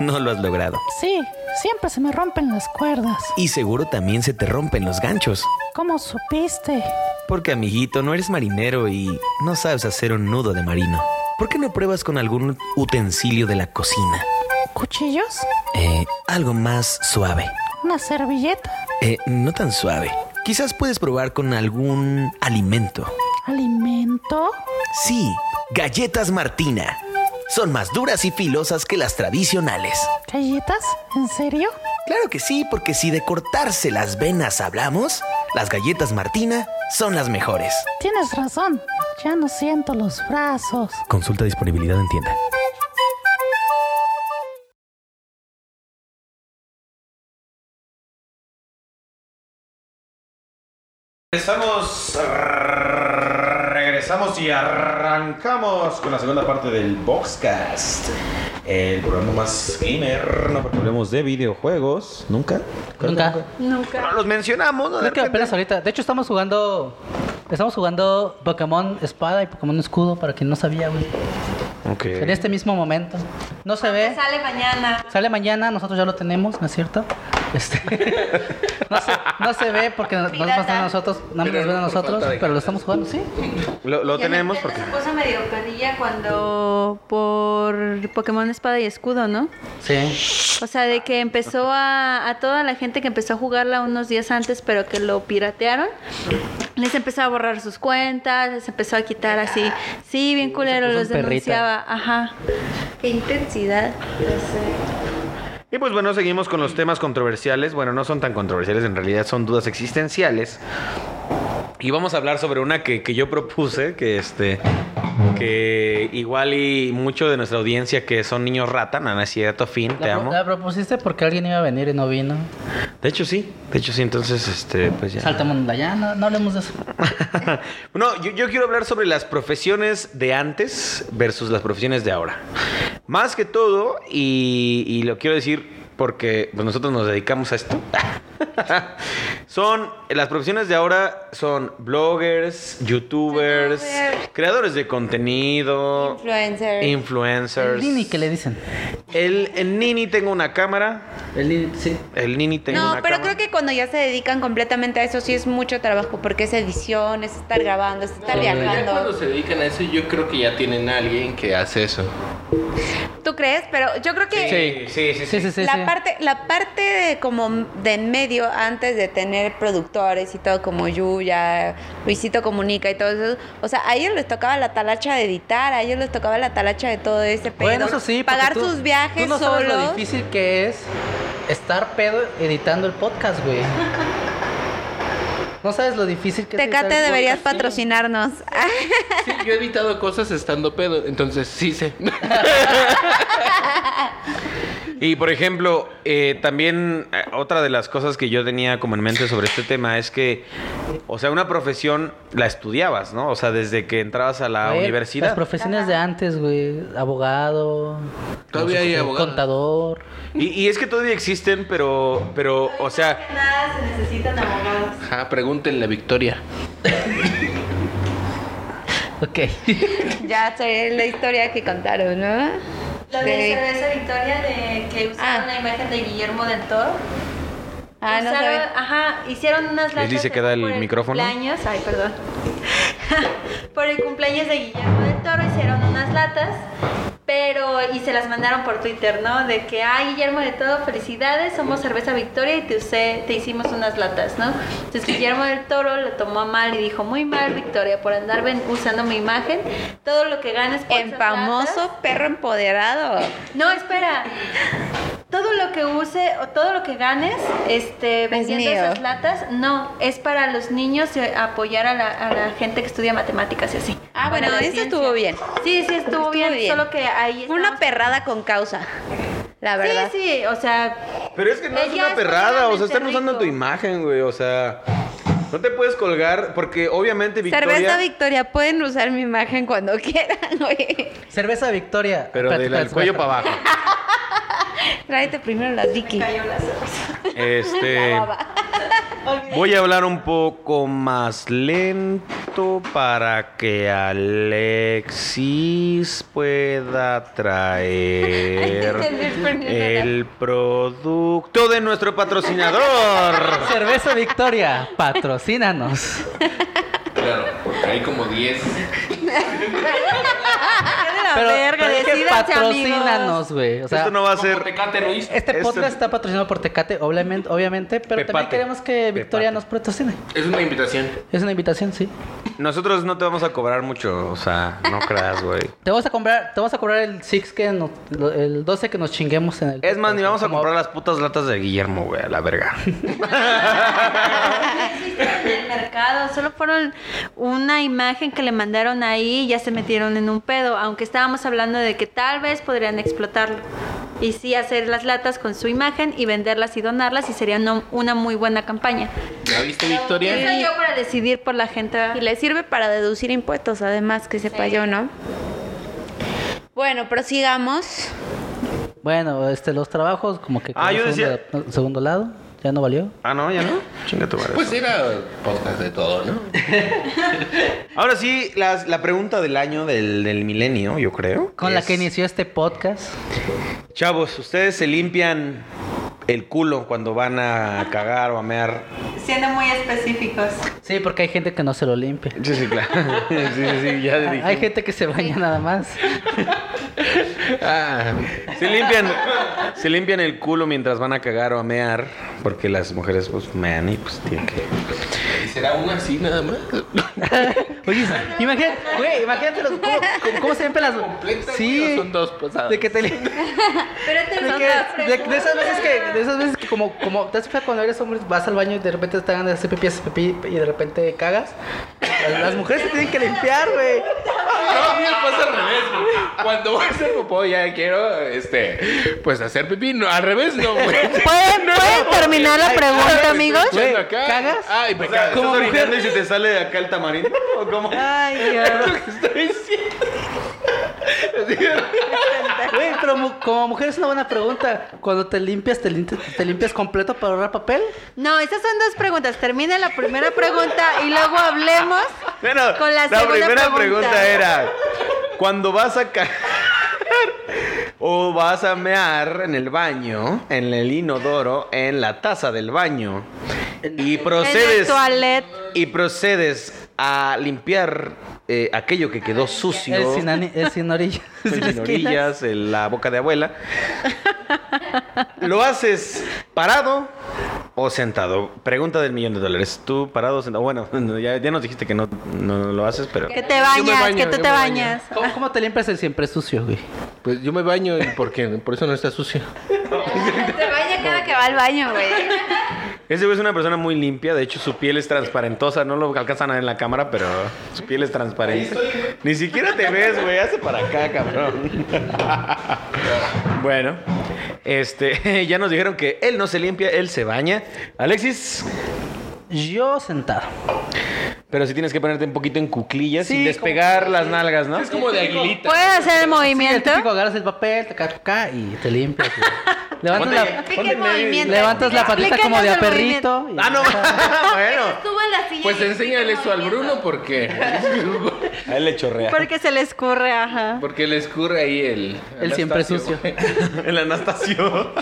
[SPEAKER 10] no lo has logrado.
[SPEAKER 11] Sí, siempre se me rompen las cuerdas.
[SPEAKER 10] Y seguro también se te rompen los ganchos.
[SPEAKER 11] ¿Cómo supiste?
[SPEAKER 10] Porque, amiguito, no eres marinero y no sabes hacer un nudo de marino. ¿Por qué no pruebas con algún utensilio de la cocina?
[SPEAKER 11] ¿Cuchillos?
[SPEAKER 10] Eh, algo más suave.
[SPEAKER 11] ¿Una servilleta?
[SPEAKER 10] Eh, no tan suave. Quizás puedes probar con algún alimento.
[SPEAKER 11] ¿Alimento?
[SPEAKER 10] Sí, galletas Martina. Son más duras y filosas que las tradicionales.
[SPEAKER 11] ¿Galletas? ¿En serio?
[SPEAKER 10] Claro que sí, porque si de cortarse las venas hablamos, las galletas Martina son las mejores.
[SPEAKER 11] Tienes razón. Ya no siento los brazos.
[SPEAKER 10] Consulta disponibilidad en tienda.
[SPEAKER 3] Regresamos, regresamos y arrancamos con la segunda parte del Boxcast, el programa más gamer, no porque hablemos de videojuegos, nunca,
[SPEAKER 2] Nunca.
[SPEAKER 3] Pero los mencionamos, ¿no? De
[SPEAKER 2] Creo que
[SPEAKER 3] repente.
[SPEAKER 2] apenas ahorita. De hecho, estamos jugando. Estamos jugando Pokémon Espada y Pokémon Escudo, para quien no sabía, güey. En este mismo momento. No se ve.
[SPEAKER 6] Sale mañana.
[SPEAKER 2] Sale mañana, nosotros ya lo tenemos, ¿no es cierto? Este, [LAUGHS] no, se, no se ve porque no- no nos pasa a nosotros, nada más nos ven a nosotros, pero lo estamos jugando, sí.
[SPEAKER 3] Lo, lo tenemos porque.
[SPEAKER 4] Se puso medio perrilla cuando por Pokémon Espada y Escudo, ¿no?
[SPEAKER 2] Sí.
[SPEAKER 4] O sea, de que empezó a, a toda la gente que empezó a jugarla unos días antes, pero que lo piratearon, les empezó a borrar sus cuentas, les empezó a quitar así. Sí, bien culero, los
[SPEAKER 3] perrita.
[SPEAKER 4] denunciaba. Ajá. Qué intensidad.
[SPEAKER 3] Y pues bueno, seguimos con los temas controversiales. Bueno, no son tan controversiales, en realidad son dudas existenciales. Y vamos a hablar sobre una que, que yo propuse, que este que igual y mucho de nuestra audiencia que son niños rata, nada, no es cierto, fin, te
[SPEAKER 2] La,
[SPEAKER 3] amo.
[SPEAKER 2] la propusiste porque alguien iba a venir y no vino.
[SPEAKER 3] De hecho sí, de hecho sí, entonces este pues ya.
[SPEAKER 2] Saltamos de allá, no, no hablemos de eso.
[SPEAKER 3] No, yo, yo quiero hablar sobre las profesiones de antes versus las profesiones de ahora. Más que todo, y, y lo quiero decir porque pues, nosotros nos dedicamos a esto. [LAUGHS] son las profesiones de ahora son bloggers, youtubers,
[SPEAKER 6] Youtubers.
[SPEAKER 3] creadores de contenido,
[SPEAKER 6] Influencer.
[SPEAKER 3] influencers.
[SPEAKER 2] Dini, ¿qué le dicen?
[SPEAKER 3] El, el Nini tengo una cámara.
[SPEAKER 2] El Nini, sí.
[SPEAKER 3] El Nini tengo
[SPEAKER 6] No,
[SPEAKER 3] una
[SPEAKER 6] pero
[SPEAKER 3] cámara.
[SPEAKER 6] creo que cuando ya se dedican completamente a eso sí es mucho trabajo porque es edición, es estar grabando, es estar
[SPEAKER 5] Sí, ya cuando
[SPEAKER 6] viajando.
[SPEAKER 5] se dedican a eso, yo creo que ya tienen a alguien que hace eso.
[SPEAKER 6] ¿Tú crees? Pero yo creo que
[SPEAKER 3] sí, sí,
[SPEAKER 2] sí.
[SPEAKER 6] la parte la parte de como de en medio antes de tener productores y todo como Yuya, Luisito Comunica y todo eso, o sea, a ellos les tocaba la talacha de editar, a ellos les tocaba la talacha de todo ese pedo.
[SPEAKER 2] Bueno, eso sí, porque
[SPEAKER 6] pagar
[SPEAKER 2] tú-
[SPEAKER 6] sus viajes
[SPEAKER 2] tú no sabes lo
[SPEAKER 6] solos.
[SPEAKER 2] difícil que es estar pedo editando el podcast,
[SPEAKER 6] [LAUGHS]
[SPEAKER 2] güey. No sabes lo difícil que es. editar
[SPEAKER 6] Tecate
[SPEAKER 2] el
[SPEAKER 6] deberías
[SPEAKER 2] podcast.
[SPEAKER 6] patrocinarnos.
[SPEAKER 5] Sí, yo he editado cosas estando pedo, entonces sí sé.
[SPEAKER 3] Y por ejemplo, eh, también eh, otra de las cosas que yo tenía como en mente sobre este tema es que, o sea, una profesión la estudiabas, ¿no? O sea, desde que entrabas a la
[SPEAKER 2] Güey, Las
[SPEAKER 3] universidad.
[SPEAKER 2] profesiones de antes, güey. Abogado.
[SPEAKER 3] Todavía hay
[SPEAKER 2] eh,
[SPEAKER 3] abogados.
[SPEAKER 2] Contador.
[SPEAKER 3] Y, y es que todavía existen, pero, pero, o sea,
[SPEAKER 4] Nada, se necesitan abogados.
[SPEAKER 5] Ajá, pregúntenle a Victoria.
[SPEAKER 2] Ok. [LAUGHS]
[SPEAKER 6] Ya sé la historia que contaron, ¿no?
[SPEAKER 4] La de,
[SPEAKER 6] De-
[SPEAKER 4] cerveza Victoria de que usaron la imagen de Guillermo del Toro.
[SPEAKER 6] Ah, no
[SPEAKER 4] Usaron-
[SPEAKER 6] sabía.
[SPEAKER 4] Ajá, hicieron unas
[SPEAKER 3] Les dice
[SPEAKER 4] lanchas
[SPEAKER 3] que da el
[SPEAKER 4] por
[SPEAKER 3] micrófono.
[SPEAKER 4] Cumpleaños, ay, perdón. [LAUGHS] por el cumpleaños de Guillermo del Toro hicieron unas latas, pero y se las mandaron por Twitter, ¿no? De que, ay, Guillermo del Toro, felicidades, somos cerveza Victoria y te usé, te hicimos unas latas, ¿no? Entonces Guillermo del Toro lo tomó a mal y dijo, muy mal Victoria por andar ven- usando mi imagen, todo lo que ganes por
[SPEAKER 6] En
[SPEAKER 4] esas
[SPEAKER 6] famoso perro empoderado.
[SPEAKER 4] no, espera. Todo lo que use o todo lo que ganes este, vendiendo
[SPEAKER 6] mío.
[SPEAKER 4] esas latas, no, es para los niños y apoyar a la, a la gente que estudia matemáticas y así.
[SPEAKER 6] Ah, bueno,
[SPEAKER 4] Para la
[SPEAKER 6] eso
[SPEAKER 4] ciencia.
[SPEAKER 6] estuvo bien.
[SPEAKER 4] Sí, sí, estuvo,
[SPEAKER 6] Estuvo
[SPEAKER 4] bien,
[SPEAKER 6] bien.
[SPEAKER 4] solo que ahí...
[SPEAKER 6] Fue una perrada con causa, la verdad.
[SPEAKER 4] Sí, sí, o sea...
[SPEAKER 3] pero es que no es
[SPEAKER 4] ella
[SPEAKER 3] una perrada, o sea, están
[SPEAKER 4] completamente
[SPEAKER 3] usando tu
[SPEAKER 4] rico.
[SPEAKER 3] imagen, güey, o sea, no te puedes colgar porque obviamente Victoria...
[SPEAKER 6] Cerveza Victoria, pueden usar mi imagen cuando [LAUGHS] quieran, güey.
[SPEAKER 2] Cerveza Victoria.
[SPEAKER 3] Pero del
[SPEAKER 2] Espérate, espérate,
[SPEAKER 3] cuello
[SPEAKER 2] espérate.
[SPEAKER 3] para abajo.
[SPEAKER 6] Tráete primero las Vicky.
[SPEAKER 3] Este...
[SPEAKER 6] La baba.
[SPEAKER 3] Voy a hablar un poco más lento para que Alexis pueda traer el producto de nuestro patrocinador.
[SPEAKER 2] [LAUGHS] Cerveza Victoria. Patrocínanos.
[SPEAKER 5] Claro, porque hay como 10.
[SPEAKER 2] Pero,
[SPEAKER 6] verga,
[SPEAKER 2] pero es que
[SPEAKER 6] decídanse,
[SPEAKER 2] patrocínanos, güey. O sea,
[SPEAKER 3] Esto no va a ser...
[SPEAKER 2] Este podcast está patrocinado por Tecate, obviamente, obviamente pero también
[SPEAKER 3] Pepate.
[SPEAKER 2] queremos que Victoria
[SPEAKER 3] Pepate.
[SPEAKER 2] nos patrocine.
[SPEAKER 5] Es una invitación.
[SPEAKER 2] Es una invitación, sí.
[SPEAKER 3] Nosotros no te vamos a cobrar mucho, o sea, no creas, güey.
[SPEAKER 2] Te vamos a comprar, te vamos a comprar el six que nos- lo- el 12 que nos chinguemos en el.
[SPEAKER 3] Es más, ni vamos a comprar las putas latas de Guillermo, güey, a la verga.
[SPEAKER 4] en el [LAUGHS] mercado, solo fueron una imagen que le mandaron ahí y ya se metieron en un pedo, aunque estábamos hablando de que tal vez podrían explotarlo. Y sí hacer las latas con su imagen y venderlas y donarlas y sería no- una muy buena campaña.
[SPEAKER 5] ¿La viste,
[SPEAKER 4] Eso
[SPEAKER 5] Victoria?
[SPEAKER 4] yo para decidir por la gente.
[SPEAKER 6] Y le sirve para deducir impuestos, además, que sepa yo, ¿no? Bueno, prosigamos.
[SPEAKER 2] Bueno, este, los trabajos como que.
[SPEAKER 3] Ah,
[SPEAKER 2] quedó
[SPEAKER 3] yo
[SPEAKER 2] segundo, segundo lado, ya no valió.
[SPEAKER 3] Ah, no, ya no. Chinga tu madre.
[SPEAKER 5] Pues era podcast de todo, ¿no?
[SPEAKER 3] Ahora sí, las- la pregunta del año del, del milenio, yo creo.
[SPEAKER 2] Con la
[SPEAKER 3] es-
[SPEAKER 2] que inició este podcast.
[SPEAKER 3] Chavos, ¿ustedes se limpian el culo cuando van a cagar o a mear.
[SPEAKER 6] Siendo muy específicos.
[SPEAKER 2] Sí, porque hay gente que no se lo limpia.
[SPEAKER 3] Sí, sí, claro. [LAUGHS] Sí, sí, sí, ya
[SPEAKER 2] Hay-
[SPEAKER 3] dije.
[SPEAKER 2] Hay gente que se baña nada más.
[SPEAKER 3] Ah, si limpian, si limpian el culo mientras van a cagar o a mear, porque las mujeres pues mean y pues tienen que.
[SPEAKER 5] ¿Será una así nada más?
[SPEAKER 2] Oye, imagínate, güey, imagínate los- cómo, cómo- cómo se ven las... Sí,
[SPEAKER 5] Son dos posadas.
[SPEAKER 2] de que te lim-
[SPEAKER 6] Pero te
[SPEAKER 2] De,
[SPEAKER 6] lo
[SPEAKER 2] que- de- de esas veces que, de esas veces que como, como te has fijado cuando eres hombre, vas al baño y de repente te hagan de hacer pipí, haces pipí y de repente cagas. Las, las mujeres se tienen que limpiar, güey.
[SPEAKER 5] No, a mí me pasa al revés. güey. Cuando voy a hacer popó ya quiero, este, pues hacer pipí. No, al revés no, güey.
[SPEAKER 6] [LAUGHS] ¿Pueden, pueden terminar la pregunta, amigos?
[SPEAKER 5] Estoy
[SPEAKER 2] Güey,
[SPEAKER 5] acá.
[SPEAKER 2] ¿cagas?
[SPEAKER 5] Ay, me cago.
[SPEAKER 3] ¿Estás orinando y se te sale de acá el tamarindo? ¿O cómo?
[SPEAKER 6] Ay, Dios.
[SPEAKER 2] Güey, pero mu- como mujer es una buena pregunta. Cuando te limpias, te, lim- te limpias completo para ahorrar papel.
[SPEAKER 4] No, esas son dos preguntas. Termina la primera pregunta y luego hablemos.
[SPEAKER 3] Bueno,
[SPEAKER 4] Con la segunda
[SPEAKER 3] primera pregunta.
[SPEAKER 4] pregunta
[SPEAKER 3] era, cuando vas a cagar [LAUGHS] o vas a mear en el baño, en el inodoro, en la taza del baño, y procedes,
[SPEAKER 4] toilet.
[SPEAKER 3] y procedes a limpiar eh, aquello que quedó sucio,
[SPEAKER 2] El sin, ani- el sin orilla.
[SPEAKER 3] [LAUGHS]
[SPEAKER 4] [LAUGHS]
[SPEAKER 3] el
[SPEAKER 2] sin
[SPEAKER 3] sin
[SPEAKER 2] esquinas.
[SPEAKER 3] orillas, el- la boca de abuela, ¿lo haces parado? O sentado. Pregunta del millón de dólares. ¿Tú parado o sentado? Bueno, [LAUGHS] ya, ya nos dijiste que no, no lo haces, pero...
[SPEAKER 4] Que te
[SPEAKER 5] Yo me
[SPEAKER 4] bañas,
[SPEAKER 5] baño,
[SPEAKER 4] que
[SPEAKER 5] yo
[SPEAKER 4] tú
[SPEAKER 5] me
[SPEAKER 4] te
[SPEAKER 5] baño.
[SPEAKER 4] bañas.
[SPEAKER 2] ¿Cómo, cómo te limpias el siempre sucio, güey?
[SPEAKER 5] Pues yo me baño y ¿por qué? Por eso no está sucio.
[SPEAKER 6] Se baña cada que va al baño, güey.
[SPEAKER 3] Ese güey es una persona muy limpia, de hecho su piel es transparentosa, no lo alcanzan a ver en la cámara, pero su piel es transparente. Ni siquiera te ves, güey, hace para acá, cabrón. bueno, este, [LAUGHS] ya nos dijeron que él no se limpia, él se baña. Alexis,
[SPEAKER 2] Yo sentado.
[SPEAKER 3] pero si tienes que ponerte un poquito en cuclillas
[SPEAKER 2] Sí,
[SPEAKER 3] sin despegar las nalgas, ¿no?
[SPEAKER 5] Es como de aguilita.
[SPEAKER 4] Puedes hacer el
[SPEAKER 2] Sí, el
[SPEAKER 4] movimiento.
[SPEAKER 2] típico agarras el papel, te caes acá y te limpias. güey. Levantas la,
[SPEAKER 6] Explica el movimiento.
[SPEAKER 2] levantas la patita como de a
[SPEAKER 4] Explícanos el
[SPEAKER 2] perrito. y-
[SPEAKER 3] Ah, no, [LAUGHS] bueno.
[SPEAKER 6] Estuvo en la silla.
[SPEAKER 5] Pues
[SPEAKER 6] y-
[SPEAKER 5] enséñale esto al Bruno porque,
[SPEAKER 3] A él le chorrea.
[SPEAKER 4] Porque se le escurre, ajá.
[SPEAKER 5] porque le escurre ahí el...
[SPEAKER 2] El siempre
[SPEAKER 5] Anastasio,
[SPEAKER 2] sucio.
[SPEAKER 5] güey.
[SPEAKER 3] el Anastasio.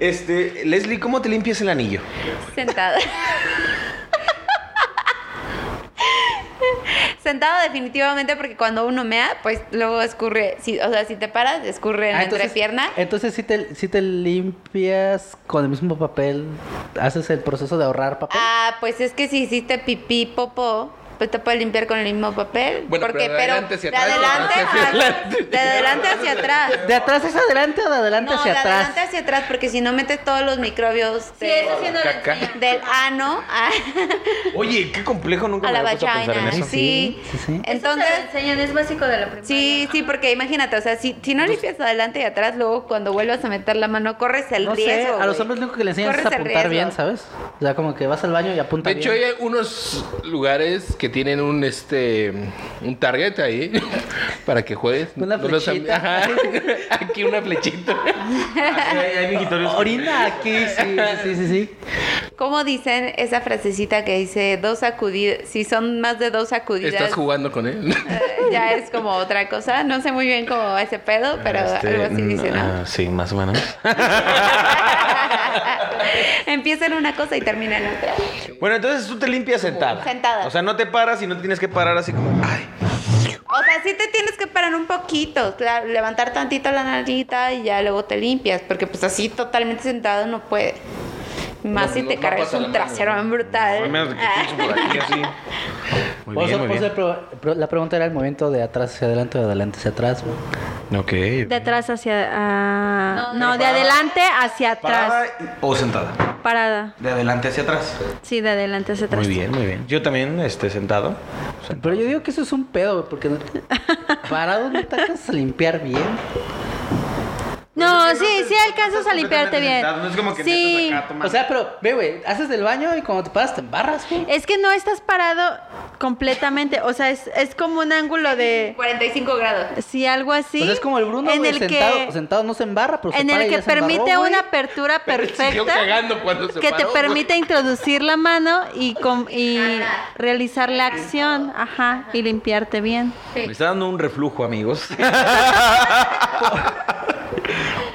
[SPEAKER 3] Este, Leslie, ¿cómo te limpias el anillo?
[SPEAKER 6] Sentada. Sentada definitivamente porque cuando uno mea, pues luego escurre, si- o sea, si te paras, escurre en
[SPEAKER 2] Ah,
[SPEAKER 6] la entrepierna.
[SPEAKER 2] Entonces si te, sí te limpias con el mismo papel, haces el proceso de ahorrar papel.
[SPEAKER 6] Ah, pues es que si hiciste pipí, popó, pues te puedes limpiar con el mismo papel.
[SPEAKER 5] Bueno,
[SPEAKER 6] porque,
[SPEAKER 5] pero de adelante hacia atrás,
[SPEAKER 6] De adelante,
[SPEAKER 5] hacia
[SPEAKER 6] a-
[SPEAKER 5] adelante.
[SPEAKER 6] de adelante hacia atrás.
[SPEAKER 2] ¿De atrás hacia adelante o de adelante
[SPEAKER 6] no,
[SPEAKER 2] hacia
[SPEAKER 6] de
[SPEAKER 2] atrás?
[SPEAKER 6] adelante hacia atrás, porque si no metes todos los microbios de-
[SPEAKER 5] Caca.
[SPEAKER 6] del ano a,
[SPEAKER 3] Oye, qué complejo, nunca
[SPEAKER 6] a
[SPEAKER 3] me
[SPEAKER 6] la
[SPEAKER 3] había puesto a pensar en
[SPEAKER 6] vagina.
[SPEAKER 3] eso.
[SPEAKER 6] Sí.
[SPEAKER 2] Sí, sí.
[SPEAKER 6] Entonces,
[SPEAKER 4] enseñan, es básico de la primera.
[SPEAKER 6] Sí, sí, porque imagínate, o sea, si, si no limpias adelante y atrás, luego cuando vuelvas a meter la mano, corres el
[SPEAKER 2] No sé,
[SPEAKER 6] riesgo.
[SPEAKER 2] a los
[SPEAKER 6] güey.
[SPEAKER 2] hombres lo único que le enseñan es
[SPEAKER 6] Corres el
[SPEAKER 2] apuntar
[SPEAKER 6] riesgo.
[SPEAKER 2] bien, ¿sabes? O sea, como que vas al baño y apunta
[SPEAKER 5] De hecho, hay
[SPEAKER 2] bien.
[SPEAKER 5] unos lugares que tienen un este un target ahí [LAUGHS] para que juegues.
[SPEAKER 2] Una
[SPEAKER 5] No los am-
[SPEAKER 2] flechita.
[SPEAKER 5] Ajá. [LAUGHS] Aquí una flechita.
[SPEAKER 2] Orina aquí, sí,
[SPEAKER 3] [LAUGHS]
[SPEAKER 2] sí, sí, sí. sí.
[SPEAKER 6] ¿Cómo dicen esa frasecita que dice dos sacudidas? Si son más de dos sacudidas,
[SPEAKER 5] Estás jugando con él. [LAUGHS]
[SPEAKER 6] eh, ya es como otra cosa. No sé muy bien cómo va ese pedo, pero
[SPEAKER 3] Este,
[SPEAKER 6] algo así dicen,
[SPEAKER 2] mm,
[SPEAKER 6] ¿no?
[SPEAKER 3] ah, sí, más o menos.
[SPEAKER 2] ah.
[SPEAKER 6] [LAUGHS] Empieza en una cosa y termina en otra.
[SPEAKER 3] Bueno, entonces tú te limpias sentada.
[SPEAKER 6] Sentada.
[SPEAKER 3] O sea, no te paras y no te tienes que parar así como. Ay.
[SPEAKER 6] O sea, sí te tienes que parar un poquito, claro, levantar tantito la narita y ya luego te limpias, porque pues así totalmente sentado no puedes. Más
[SPEAKER 5] No,
[SPEAKER 6] si
[SPEAKER 5] no,
[SPEAKER 6] te
[SPEAKER 5] no
[SPEAKER 6] cargas
[SPEAKER 5] pasa la
[SPEAKER 6] un
[SPEAKER 5] mano.
[SPEAKER 6] trasero brutal.
[SPEAKER 3] Al menos que
[SPEAKER 6] Ah,
[SPEAKER 3] pinche
[SPEAKER 6] [LAUGHS]
[SPEAKER 3] por aquí así. Muy
[SPEAKER 2] Por
[SPEAKER 3] bien,
[SPEAKER 2] eso-
[SPEAKER 3] muy
[SPEAKER 2] por eso
[SPEAKER 3] bien.
[SPEAKER 2] el pro- pro- la pregunta era el movimiento de atrás hacia adelante o de adelante hacia atrás. güey.
[SPEAKER 3] Ok.
[SPEAKER 4] De atrás hacia. ah,
[SPEAKER 6] No,
[SPEAKER 4] no, de adelante hacia atrás.
[SPEAKER 3] Parada o sentada.
[SPEAKER 4] Parada.
[SPEAKER 3] De adelante hacia atrás.
[SPEAKER 4] Sí, de adelante hacia atrás.
[SPEAKER 3] Muy bien, muy bien. Yo también, este, sentado.
[SPEAKER 2] Pero yo digo que eso es un pedo, güey, porque no-
[SPEAKER 6] [LAUGHS]
[SPEAKER 2] parado no te alcanzas a limpiar bien.
[SPEAKER 4] No, sí, sí alcanzas a limpiarte bien.
[SPEAKER 3] No es como que
[SPEAKER 4] sí.
[SPEAKER 2] O sea, pero ve, güey, haces del baño y cuando te paras te embarras, güey.
[SPEAKER 4] Es que no estás parado completamente, o sea, es, es como un ángulo de
[SPEAKER 6] 45 grados.
[SPEAKER 4] sí, algo así.
[SPEAKER 2] O sea, Pues es como el Bruno,
[SPEAKER 4] en
[SPEAKER 2] güey,
[SPEAKER 4] el
[SPEAKER 2] sentado,
[SPEAKER 4] que
[SPEAKER 2] sentado no se embarra, pero se
[SPEAKER 4] en
[SPEAKER 2] para
[SPEAKER 4] el
[SPEAKER 2] y
[SPEAKER 4] que
[SPEAKER 2] ya se embarró,
[SPEAKER 4] permite
[SPEAKER 2] güey.
[SPEAKER 4] una apertura
[SPEAKER 5] Siguió
[SPEAKER 4] perfecta
[SPEAKER 5] cagando cuando se
[SPEAKER 4] que te
[SPEAKER 5] paró, güey.
[SPEAKER 4] permite introducir la mano y com- y realizar la acción, ajá, y limpiarte
[SPEAKER 2] Pues,
[SPEAKER 4] bien.
[SPEAKER 3] [LAUGHS] Me está dando un reflujo, amigos.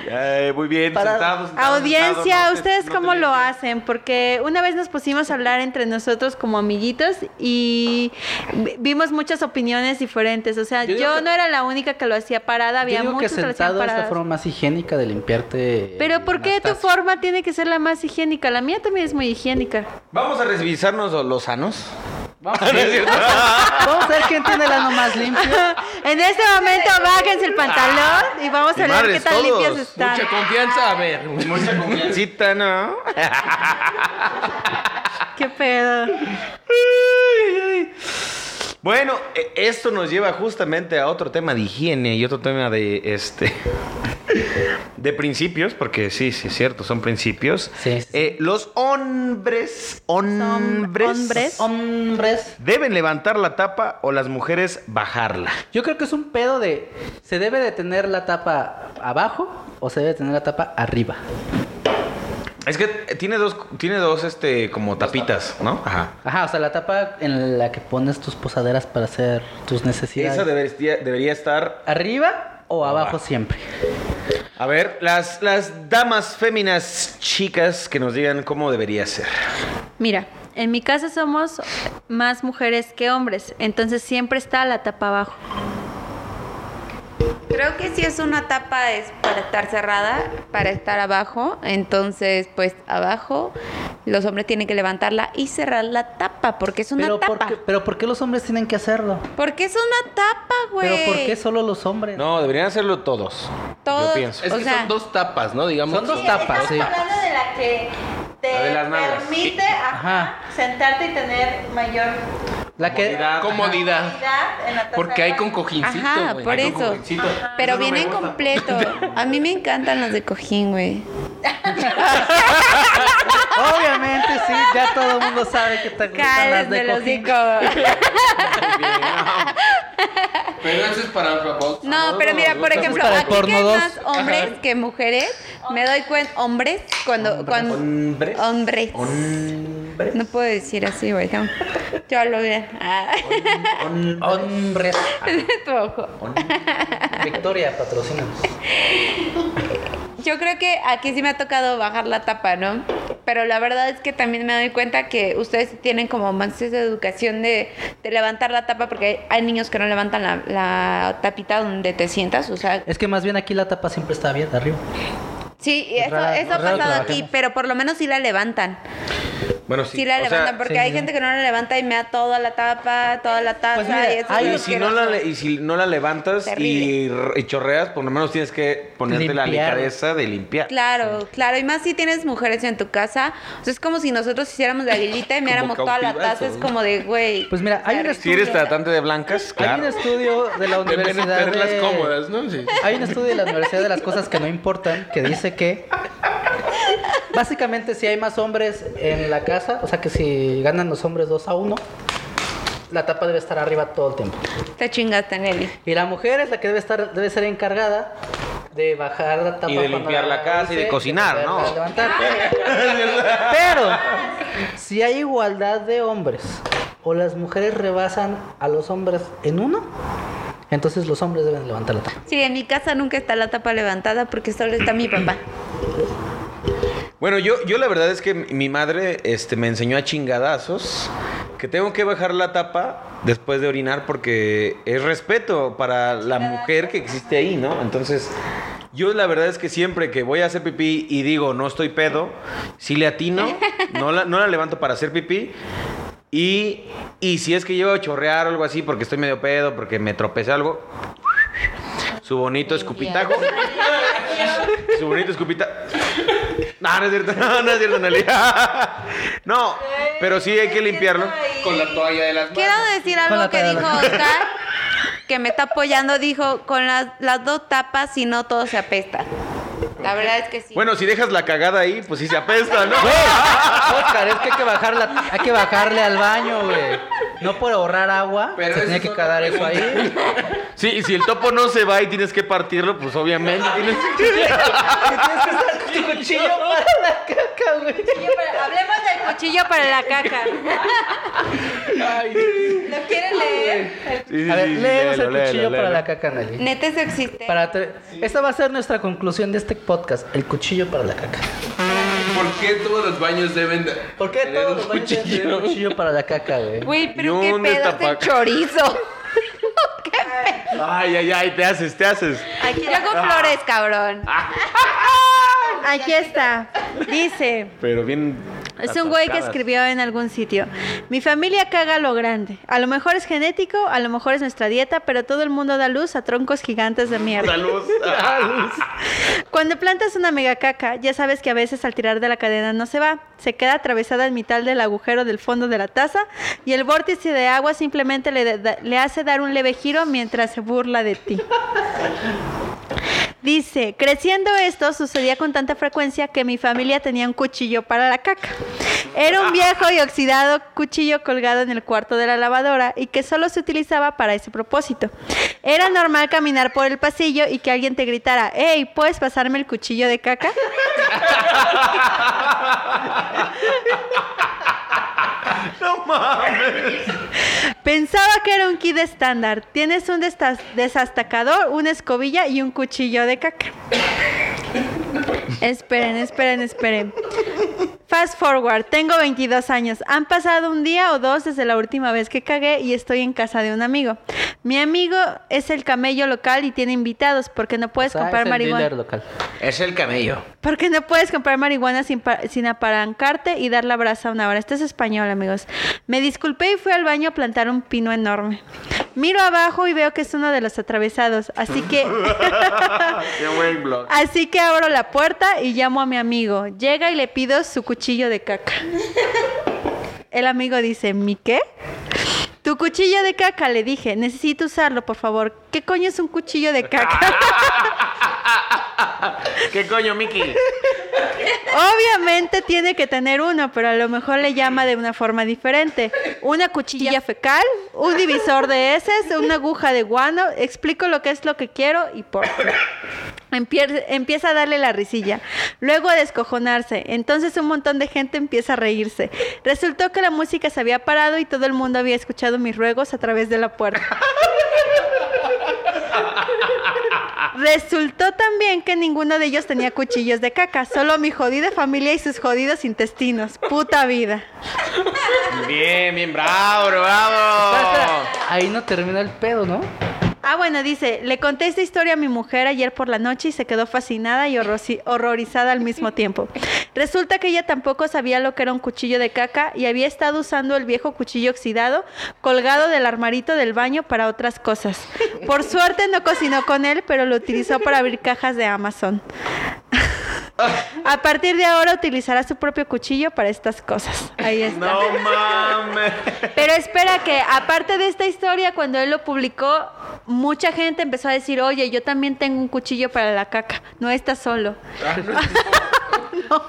[SPEAKER 3] Eh, muy bien,
[SPEAKER 4] Para-
[SPEAKER 3] sentados. sentados,
[SPEAKER 4] Audiencia,
[SPEAKER 3] sentados, no te-
[SPEAKER 4] ¿ustedes
[SPEAKER 3] no te
[SPEAKER 4] cómo lo
[SPEAKER 3] levantes.
[SPEAKER 4] hacen? Porque una vez nos pusimos a hablar entre nosotros como amiguitos y vi- vimos muchas opiniones diferentes. O sea,
[SPEAKER 2] Yo
[SPEAKER 4] yo,
[SPEAKER 2] digo que-
[SPEAKER 4] no era la única que lo hacía parada, había
[SPEAKER 2] Yo digo que
[SPEAKER 4] muchos que lo hacían
[SPEAKER 2] sentado es la
[SPEAKER 4] parada.
[SPEAKER 2] forma más higiénica de limpiarte.
[SPEAKER 4] Pero ¿por qué tu forma tiene que ser la más higiénica? La mía también es muy
[SPEAKER 2] [LAUGHS]
[SPEAKER 4] higiénica.
[SPEAKER 3] Vamos a revisarnos los- los sanos. [LAUGHS]
[SPEAKER 2] Vamos a ver, vamos a ver quién tiene el ano más
[SPEAKER 4] [LAUGHS]
[SPEAKER 2] limpio.
[SPEAKER 4] en este momento bájense el pantalón y vamos a
[SPEAKER 3] Y
[SPEAKER 4] ver qué
[SPEAKER 3] madres,
[SPEAKER 4] tan
[SPEAKER 3] todos.
[SPEAKER 4] limpios están.
[SPEAKER 5] Mucha confianza, a ver. Mucha
[SPEAKER 3] Cita, ¿no?
[SPEAKER 4] ¿Qué pedo?
[SPEAKER 3] Bueno, eh, esto nos lleva justamente a otro tema de higiene y otro tema de este [LAUGHS] de principios, porque sí, sí es cierto, son principios. Eh, los hombres, hombres,
[SPEAKER 2] hombres. Hombres.
[SPEAKER 3] deben levantar la tapa o las mujeres bajarla.
[SPEAKER 2] Yo creo que es un pedo de. ¿Se debe de tener la tapa abajo o se debe de tener la tapa arriba?
[SPEAKER 3] Es que tiene dos, tiene dos, este, como tapitas, ¿no? Ajá.
[SPEAKER 2] Ajá, o sea, la tapa en la que pones tus posaderas para hacer tus necesidades.
[SPEAKER 3] Esa debería, debería estar
[SPEAKER 2] ¿Arriba o abajo siempre?
[SPEAKER 3] A ver, las, las damas féminas chicas que nos digan cómo debería ser.
[SPEAKER 4] Mira, en mi casa somos más mujeres que hombres, entonces siempre está la tapa abajo.
[SPEAKER 6] Creo que si es una tapa es para estar cerrada, para estar abajo. Entonces, pues abajo los hombres tienen que levantarla y cerrar la tapa porque es una
[SPEAKER 2] Pero
[SPEAKER 6] tapa.
[SPEAKER 2] ¿por, qué, pero ¿por qué los hombres tienen que hacerlo?
[SPEAKER 6] Porque es una tapa, güey.
[SPEAKER 2] ¿Pero por
[SPEAKER 4] Pues
[SPEAKER 2] qué solo los hombres?
[SPEAKER 3] No, deberían hacerlo todos.
[SPEAKER 6] Todos,
[SPEAKER 3] Yo pienso.
[SPEAKER 5] Es
[SPEAKER 6] o
[SPEAKER 5] que
[SPEAKER 6] sea-
[SPEAKER 5] son dos tapas, ¿no? Digamos.
[SPEAKER 2] Son dos tapas, sí.
[SPEAKER 4] hablando de la que te
[SPEAKER 3] La de las nalgas.
[SPEAKER 4] permite ajá, sentarte y tener mayor
[SPEAKER 2] La que.
[SPEAKER 5] Comodidad.
[SPEAKER 4] edad en la taza
[SPEAKER 5] Porque hay
[SPEAKER 4] de
[SPEAKER 5] con
[SPEAKER 4] baño.
[SPEAKER 5] cojincito,
[SPEAKER 6] Ajá,
[SPEAKER 5] güey.
[SPEAKER 6] por
[SPEAKER 5] Hay
[SPEAKER 6] eso.
[SPEAKER 5] con cojincito.
[SPEAKER 6] Pero
[SPEAKER 5] Eso no me
[SPEAKER 6] vienen
[SPEAKER 5] gusta.
[SPEAKER 6] completo. A mí me encantan las de cojín, güey.
[SPEAKER 2] Obviamente, sí, ya todo el mundo sabe que te gustan las
[SPEAKER 6] Cállense
[SPEAKER 2] de
[SPEAKER 6] los
[SPEAKER 2] cojín.
[SPEAKER 6] hocico.
[SPEAKER 5] Pero eso es para otra box.
[SPEAKER 6] No, pero mira, por
[SPEAKER 5] gusta.
[SPEAKER 6] ejemplo,
[SPEAKER 2] Eso es para
[SPEAKER 6] aquí que hay
[SPEAKER 2] porno dos.
[SPEAKER 6] más hombres que mujeres, me doy cuenta, hombres, cuando, cuando,
[SPEAKER 3] Hombres.
[SPEAKER 6] hombres.
[SPEAKER 3] Hombres.
[SPEAKER 6] No puedo decir así, güey. [LAUGHS] no. Yo hablo bien. Ah, [LAUGHS]
[SPEAKER 2] Hombres.
[SPEAKER 6] tu ojo.
[SPEAKER 2] Victoria, patrocínanos.
[SPEAKER 6] Yo creo que aquí sí me ha tocado bajar la tapa, ¿no? Pero la verdad es que también me doy cuenta que ustedes tienen como más esa educación de, de levantar la tapa porque hay, hay niños que no levantan la, la tapita donde te sientas, o sea,
[SPEAKER 2] Es que más bien aquí la tapa siempre está abierta arriba.
[SPEAKER 6] sí, y eso,
[SPEAKER 2] raro,
[SPEAKER 6] eso ha
[SPEAKER 2] raro que la
[SPEAKER 6] pasado aquí,
[SPEAKER 2] bajemos.
[SPEAKER 6] pero por lo menos sí la levantan.
[SPEAKER 3] Bueno,
[SPEAKER 6] Sí, la
[SPEAKER 3] o sea,
[SPEAKER 6] levantan porque
[SPEAKER 2] sí,
[SPEAKER 6] hay
[SPEAKER 2] sí.
[SPEAKER 6] gente que no la levanta y me da toda la tapa, toda la taza
[SPEAKER 2] Pues mira,
[SPEAKER 6] y eso
[SPEAKER 2] hay-
[SPEAKER 6] es
[SPEAKER 3] y
[SPEAKER 6] lo
[SPEAKER 3] si
[SPEAKER 6] que-
[SPEAKER 3] no la, le- y si no la levantas y,
[SPEAKER 6] Terrible.
[SPEAKER 3] y chorreas, por lo menos tienes que ponerte la
[SPEAKER 2] Limpiar.
[SPEAKER 3] delicadeza de limpiar.
[SPEAKER 6] Claro, claro. Y más si tienes mujeres en tu casa. O sea, es como si nosotros hiciéramos la aguilita y me
[SPEAKER 3] Como
[SPEAKER 6] háramos toda la
[SPEAKER 3] cautivazo,
[SPEAKER 6] taza. Es
[SPEAKER 3] ¿no?
[SPEAKER 6] como de, güey.
[SPEAKER 2] Pues mira, hay un
[SPEAKER 3] Si eres
[SPEAKER 2] estudio-
[SPEAKER 3] tratante de blancas,
[SPEAKER 2] Hay un
[SPEAKER 3] claro.
[SPEAKER 2] estudio de la
[SPEAKER 5] En vez de
[SPEAKER 2] universidad.
[SPEAKER 5] tenerlas
[SPEAKER 2] de-
[SPEAKER 5] cómodas, ¿no? Sí.
[SPEAKER 2] Hay un estudio de la Universidad de las Cosas que no importan que dice que básicamente si hay más hombres en la casa, o sea que si ganan los hombres 2 a 1, la tapa debe estar arriba todo el tiempo.
[SPEAKER 6] Te chingaste, Nelly.
[SPEAKER 2] Y la mujer es la que debe estar debe ser encargada de bajar la tapa
[SPEAKER 3] Y de
[SPEAKER 2] cuando
[SPEAKER 3] limpiar la casa y de
[SPEAKER 2] use,
[SPEAKER 3] cocinar,
[SPEAKER 2] volverla
[SPEAKER 3] ¿no? [LAUGHS]
[SPEAKER 2] a levantar. Pero si hay igualdad de hombres o las mujeres rebasan a los hombres en uno, entonces los hombres deben levantar la tapa.
[SPEAKER 3] [LAUGHS]
[SPEAKER 6] Sí, en mi casa nunca está la tapa levantada porque solo está mi papá.
[SPEAKER 3] Bueno, yo, yo la verdad es que mi mi madre este, me enseñó a chingadazos que tengo que bajar la tapa después de orinar porque es respeto para la mujer que existe ahí, ¿no? Entonces, yo la verdad es que siempre que voy a hacer pipí y digo no estoy pedo, si le atino, no la, no la levanto para hacer pipí. Y, y si es que llevo a chorrear o algo así porque estoy medio pedo, porque me tropecé algo, su bonito escupitajo. [LAUGHS] Su bonito escupita. No, no es cierto, no, no es cierto, Nelly. [LAUGHS] No, pero sí hay que limpiarlo.
[SPEAKER 5] Con la toalla de las
[SPEAKER 6] Quiero
[SPEAKER 5] manos.
[SPEAKER 6] decir
[SPEAKER 2] Con la
[SPEAKER 6] algo que
[SPEAKER 2] toalla.
[SPEAKER 6] dijo Oscar, que me está apoyando. Dijo, con las, las dos tapas, si no, todo se apesta. La verdad es que sí.
[SPEAKER 3] Bueno, si dejas la cagada ahí, pues sí se apesta, ¿no?
[SPEAKER 2] Oscar, es que hay que, bajarla, hay que bajarle al baño, güey. No por ahorrar agua,
[SPEAKER 5] Pero
[SPEAKER 2] se
[SPEAKER 5] esa
[SPEAKER 2] tiene
[SPEAKER 5] es
[SPEAKER 2] que
[SPEAKER 5] otra
[SPEAKER 2] quedar eso ahí. [LAUGHS]
[SPEAKER 3] Sí, y si el topo no se va y tienes que partirlo, pues obviamente tienes
[SPEAKER 2] Tu cuchillo
[SPEAKER 3] [LAUGHS]
[SPEAKER 2] para la caca, güey.
[SPEAKER 6] Hablemos del cuchillo para la caca. ¿Lo quieren leer?
[SPEAKER 2] A ver, léenos el
[SPEAKER 3] léelo,
[SPEAKER 2] cuchillo
[SPEAKER 3] léelo,
[SPEAKER 2] para
[SPEAKER 3] léelo.
[SPEAKER 2] la caca, Nelly.
[SPEAKER 6] Neta, eso existe.
[SPEAKER 2] Para tre- Esta va a ser nuestra conclusión de este podcast, el cuchillo para la caca.
[SPEAKER 5] ¿Por qué todos los baños deben de...
[SPEAKER 2] ¿Por qué
[SPEAKER 5] Tener
[SPEAKER 2] todos
[SPEAKER 5] un
[SPEAKER 2] los baños tienen
[SPEAKER 5] cuchillo.
[SPEAKER 2] un cuchillo para la caca, güey?
[SPEAKER 6] Güey, pero
[SPEAKER 3] ¿Y
[SPEAKER 6] qué
[SPEAKER 3] dónde
[SPEAKER 6] pedo
[SPEAKER 3] está
[SPEAKER 6] de
[SPEAKER 3] Paca?
[SPEAKER 6] chorizo.
[SPEAKER 3] [LAUGHS] Ay, ay, ay, te haces, te haces.
[SPEAKER 4] Aquí,
[SPEAKER 6] Luego
[SPEAKER 3] Ah.
[SPEAKER 6] flores, cabrón.
[SPEAKER 4] aquí está. Dice.
[SPEAKER 3] Pero bien.
[SPEAKER 4] Es un güey que
[SPEAKER 3] atascadas.
[SPEAKER 4] escribió en algún sitio. Mi familia caga a lo grande. A lo mejor es genético, a lo mejor es nuestra dieta, pero todo el mundo da luz a troncos gigantes de mierda.
[SPEAKER 3] Salud.
[SPEAKER 4] Cuando plantas una mega caca, ya sabes que a veces al tirar de la cadena no se va. Se queda atravesada en mitad del agujero del fondo de la taza y el vórtice de agua simplemente le, da- le hace dar un leve giro mientras se burla de ti. Dice, creciendo esto sucedía con tanta frecuencia que mi familia tenía un cuchillo para la caca. Era un viejo y oxidado cuchillo colgado en el cuarto de la lavadora y que solo se utilizaba para ese propósito. Era normal caminar por el pasillo y que alguien te gritara, hey, ¿puedes pasarme el cuchillo de caca?
[SPEAKER 3] No mames.
[SPEAKER 4] Pensaba que era un kit estándar. Tienes un destas- desastacador, una escobilla y un cuchillo de caca. esperen, esperen, esperen. Fast forward, tengo 22 años. Han pasado un día o dos desde la última vez que cagué y estoy en casa de un amigo. Mi amigo es el camello local y tiene invitados porque no puedes
[SPEAKER 2] O sea, es
[SPEAKER 4] comprar
[SPEAKER 2] el
[SPEAKER 4] marihuana.
[SPEAKER 2] dealer local.
[SPEAKER 3] Es el camello.
[SPEAKER 4] Porque no puedes comprar marihuana sin, pa- sin apalancarte y dar la brasa a una hora. Este es español, amigos. Me disculpé y fui al baño a plantar un pino enorme. Miro abajo y veo que es uno de los atravesados. Así que.
[SPEAKER 3] Ah, Qué buen blog.
[SPEAKER 4] así que abro la puerta y llamo a mi amigo. Llega y le pido su cuchillo de caca. El amigo dice: ¿Mi qué? Tu cuchillo de caca, le dije. Necesito usarlo, por favor. ¿Qué coño es un cuchillo de caca?
[SPEAKER 3] ¿Qué coño, Mickey?
[SPEAKER 4] Obviamente tiene que tener uno, pero a lo mejor le llama de una forma diferente. Una cuchilla fecal, un divisor de heces, una aguja de guano. Explico lo que es lo que quiero y por qué. Empier- Empieza a darle la risilla, luego a descojonarse. Entonces un montón de gente empieza a reírse. Resultó que la música se había parado y todo el mundo había escuchado mis ruegos a través de la puerta. Resultó también que ninguno de ellos tenía cuchillos de caca, solo mi jodida familia y sus jodidos intestinos. Puta vida.
[SPEAKER 3] Bien, bien, bravo, bravo.
[SPEAKER 2] Ahí no termina el pedo, ¿no?
[SPEAKER 4] Ah, bueno, dice, le conté esta historia a mi mujer ayer por la noche y se quedó fascinada y horrosi- horrorizada al mismo tiempo. Resulta que ella tampoco sabía lo que era un cuchillo de caca y había estado usando el viejo cuchillo oxidado colgado del armarito del baño para otras cosas. Por suerte no cocinó con él, pero lo utilizó para abrir cajas de Amazon. A partir de ahora utilizará su propio cuchillo para estas cosas. Ahí está.
[SPEAKER 3] No mames.
[SPEAKER 4] Pero espera que, aparte de esta historia, cuando él lo publicó, mucha gente empezó a decir, oye, yo también tengo un cuchillo para la caca, no estás solo.
[SPEAKER 3] Ah,
[SPEAKER 4] [LAUGHS] No.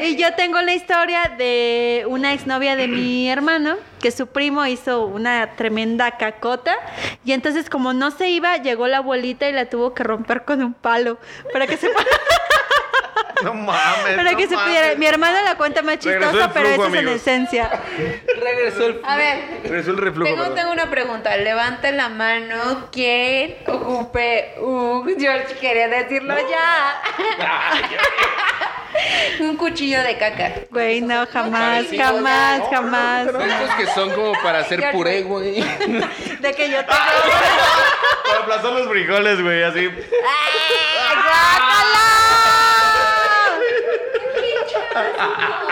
[SPEAKER 4] Y yo tengo la historia de una exnovia de mi hermano, que su primo hizo una tremenda cacota, y entonces como no se iba, llegó la abuelita y la tuvo que romper con un palo
[SPEAKER 3] [LAUGHS]
[SPEAKER 4] para que se,
[SPEAKER 3] [LAUGHS] No mames.
[SPEAKER 4] para
[SPEAKER 3] no
[SPEAKER 4] que se
[SPEAKER 3] mames.
[SPEAKER 4] pudiera... Mi hermana la cuenta más
[SPEAKER 3] Regresó el
[SPEAKER 4] chistosa, pero eso
[SPEAKER 3] flujo,
[SPEAKER 4] es en
[SPEAKER 3] amigos.
[SPEAKER 4] esencia.
[SPEAKER 2] Regresó el
[SPEAKER 6] A ver,
[SPEAKER 3] Regresó el reflujo.
[SPEAKER 6] tengo,
[SPEAKER 3] perdón.
[SPEAKER 6] tengo una pregunta. Levanten la mano quien ocupe un... George quería decirlo ya. [LAUGHS] un cuchillo de caca.
[SPEAKER 4] Güey, no, jamás,
[SPEAKER 6] Parecido,
[SPEAKER 4] jamás,
[SPEAKER 6] ya.
[SPEAKER 4] jamás.
[SPEAKER 5] Estos que son como para hacer puré, güey.
[SPEAKER 4] De que yo tengo.
[SPEAKER 3] Para aplazar los frijoles, güey, así.
[SPEAKER 6] Ah.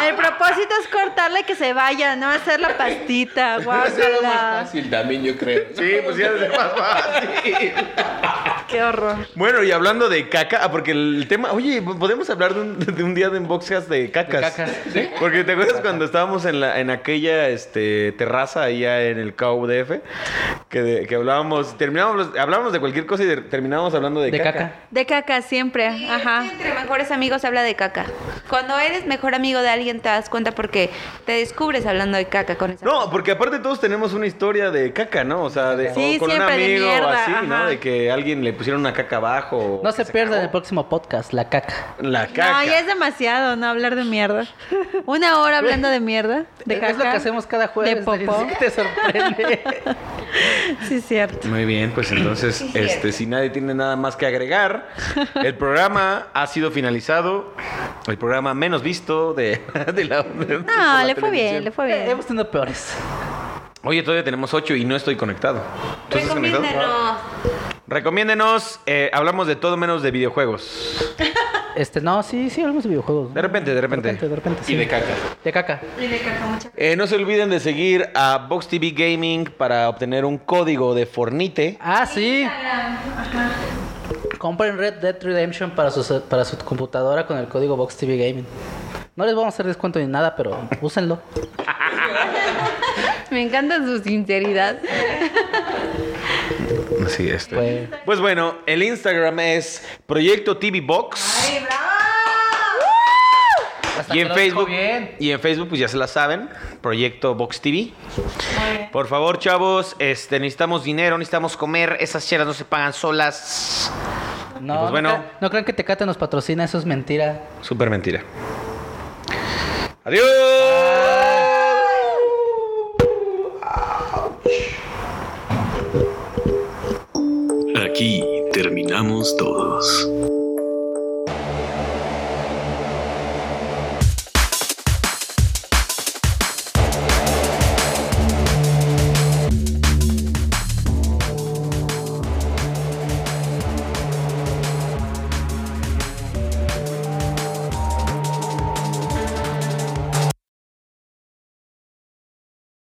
[SPEAKER 4] El propósito es cortarle que se vaya, no hacer la pastita,
[SPEAKER 5] [LAUGHS] Será más
[SPEAKER 4] guácala.
[SPEAKER 3] pues
[SPEAKER 5] fácil también, yo creo.
[SPEAKER 3] Sí, pues ya es más fácil.
[SPEAKER 4] Qué horror.
[SPEAKER 3] Bueno, y hablando de caca, ah, porque el tema, oye, podemos hablar de un, [LAUGHS] de un día de unboxcast de cacas.
[SPEAKER 2] De cacas, ¿sí?
[SPEAKER 3] Porque te acuerdas cuando estábamos en la, en aquella este, terraza allá en el KUDF, que, de- que hablábamos, terminábamos, hablábamos de cualquier cosa y de- terminábamos hablando de,
[SPEAKER 2] De
[SPEAKER 3] caca.
[SPEAKER 2] caca.
[SPEAKER 6] De caca siempre, ajá. Entre mejores amigos habla de caca. Cuando eres mejor amigo de alguien te das cuenta porque te descubres hablando de caca con esa.
[SPEAKER 3] No, porque aparte todos tenemos una historia de caca, ¿no? O sea, de,
[SPEAKER 6] Sí,
[SPEAKER 3] o con un
[SPEAKER 6] siempre de
[SPEAKER 3] amigo o
[SPEAKER 6] mierda,
[SPEAKER 3] así, ¿no?
[SPEAKER 6] ajá.
[SPEAKER 3] De que alguien le pusieron una caca abajo. o
[SPEAKER 2] No se pierdan el próximo podcast, la caca.
[SPEAKER 3] La caca.
[SPEAKER 4] No, ya es demasiado no hablar de mierda. Una hora hablando de mierda, de
[SPEAKER 2] es lo que
[SPEAKER 4] caca.
[SPEAKER 2] hacemos cada jueves.
[SPEAKER 4] de popó.
[SPEAKER 2] [LAUGHS] Denise, ¿qué te sorprende?
[SPEAKER 4] Sí, es cierto.
[SPEAKER 3] Muy bien, pues entonces, este, si nadie tiene nada más que agregar, el programa ha sido finalizado, el programa menos visto de, [LAUGHS] de la... de- por
[SPEAKER 4] No,
[SPEAKER 3] la
[SPEAKER 4] le fue bien,
[SPEAKER 3] televisión.
[SPEAKER 4] le fue
[SPEAKER 2] Eh,
[SPEAKER 4] bien.
[SPEAKER 2] Hemos tenido peores.
[SPEAKER 3] Oye, todavía tenemos ocho y no estoy conectado. ¿Tú estás conectado?
[SPEAKER 6] Recomiéndanos.
[SPEAKER 3] Recomiéndenos, eh, hablamos de todo menos de videojuegos.
[SPEAKER 2] Este, no, sí, sí, hablamos de videojuegos.
[SPEAKER 3] De repente, de repente.
[SPEAKER 2] De repente, de repente, sí.
[SPEAKER 5] Y de caca.
[SPEAKER 2] De caca.
[SPEAKER 3] Eh, no se olviden de seguir a Box TV Gaming para obtener un código de Fornite.
[SPEAKER 2] Ah, sí. Compren Red Dead Redemption para su, para su computadora con el código Box TV Gaming. No les vamos a hacer descuento ni nada, pero úsenlo.
[SPEAKER 6] Me encanta su sinceridad.
[SPEAKER 3] Así es.
[SPEAKER 2] Pues,
[SPEAKER 3] Pues bueno, el Instagram es Proyecto TV Box.
[SPEAKER 2] hasta
[SPEAKER 3] Y
[SPEAKER 2] que
[SPEAKER 3] en
[SPEAKER 2] lo
[SPEAKER 3] Facebook.
[SPEAKER 2] dijo bien.
[SPEAKER 3] Y en Facebook, pues ya se la saben. Proyecto Box TV. Por favor, chavos, este, necesitamos dinero, necesitamos comer. Esas chelas no se pagan solas.
[SPEAKER 2] No,
[SPEAKER 3] Pues
[SPEAKER 2] no
[SPEAKER 3] bueno.
[SPEAKER 2] crean- no crean que Tecate nos patrocina, eso es mentira.
[SPEAKER 3] Súper mentira. Adiós.
[SPEAKER 1] Aquí terminamos todos.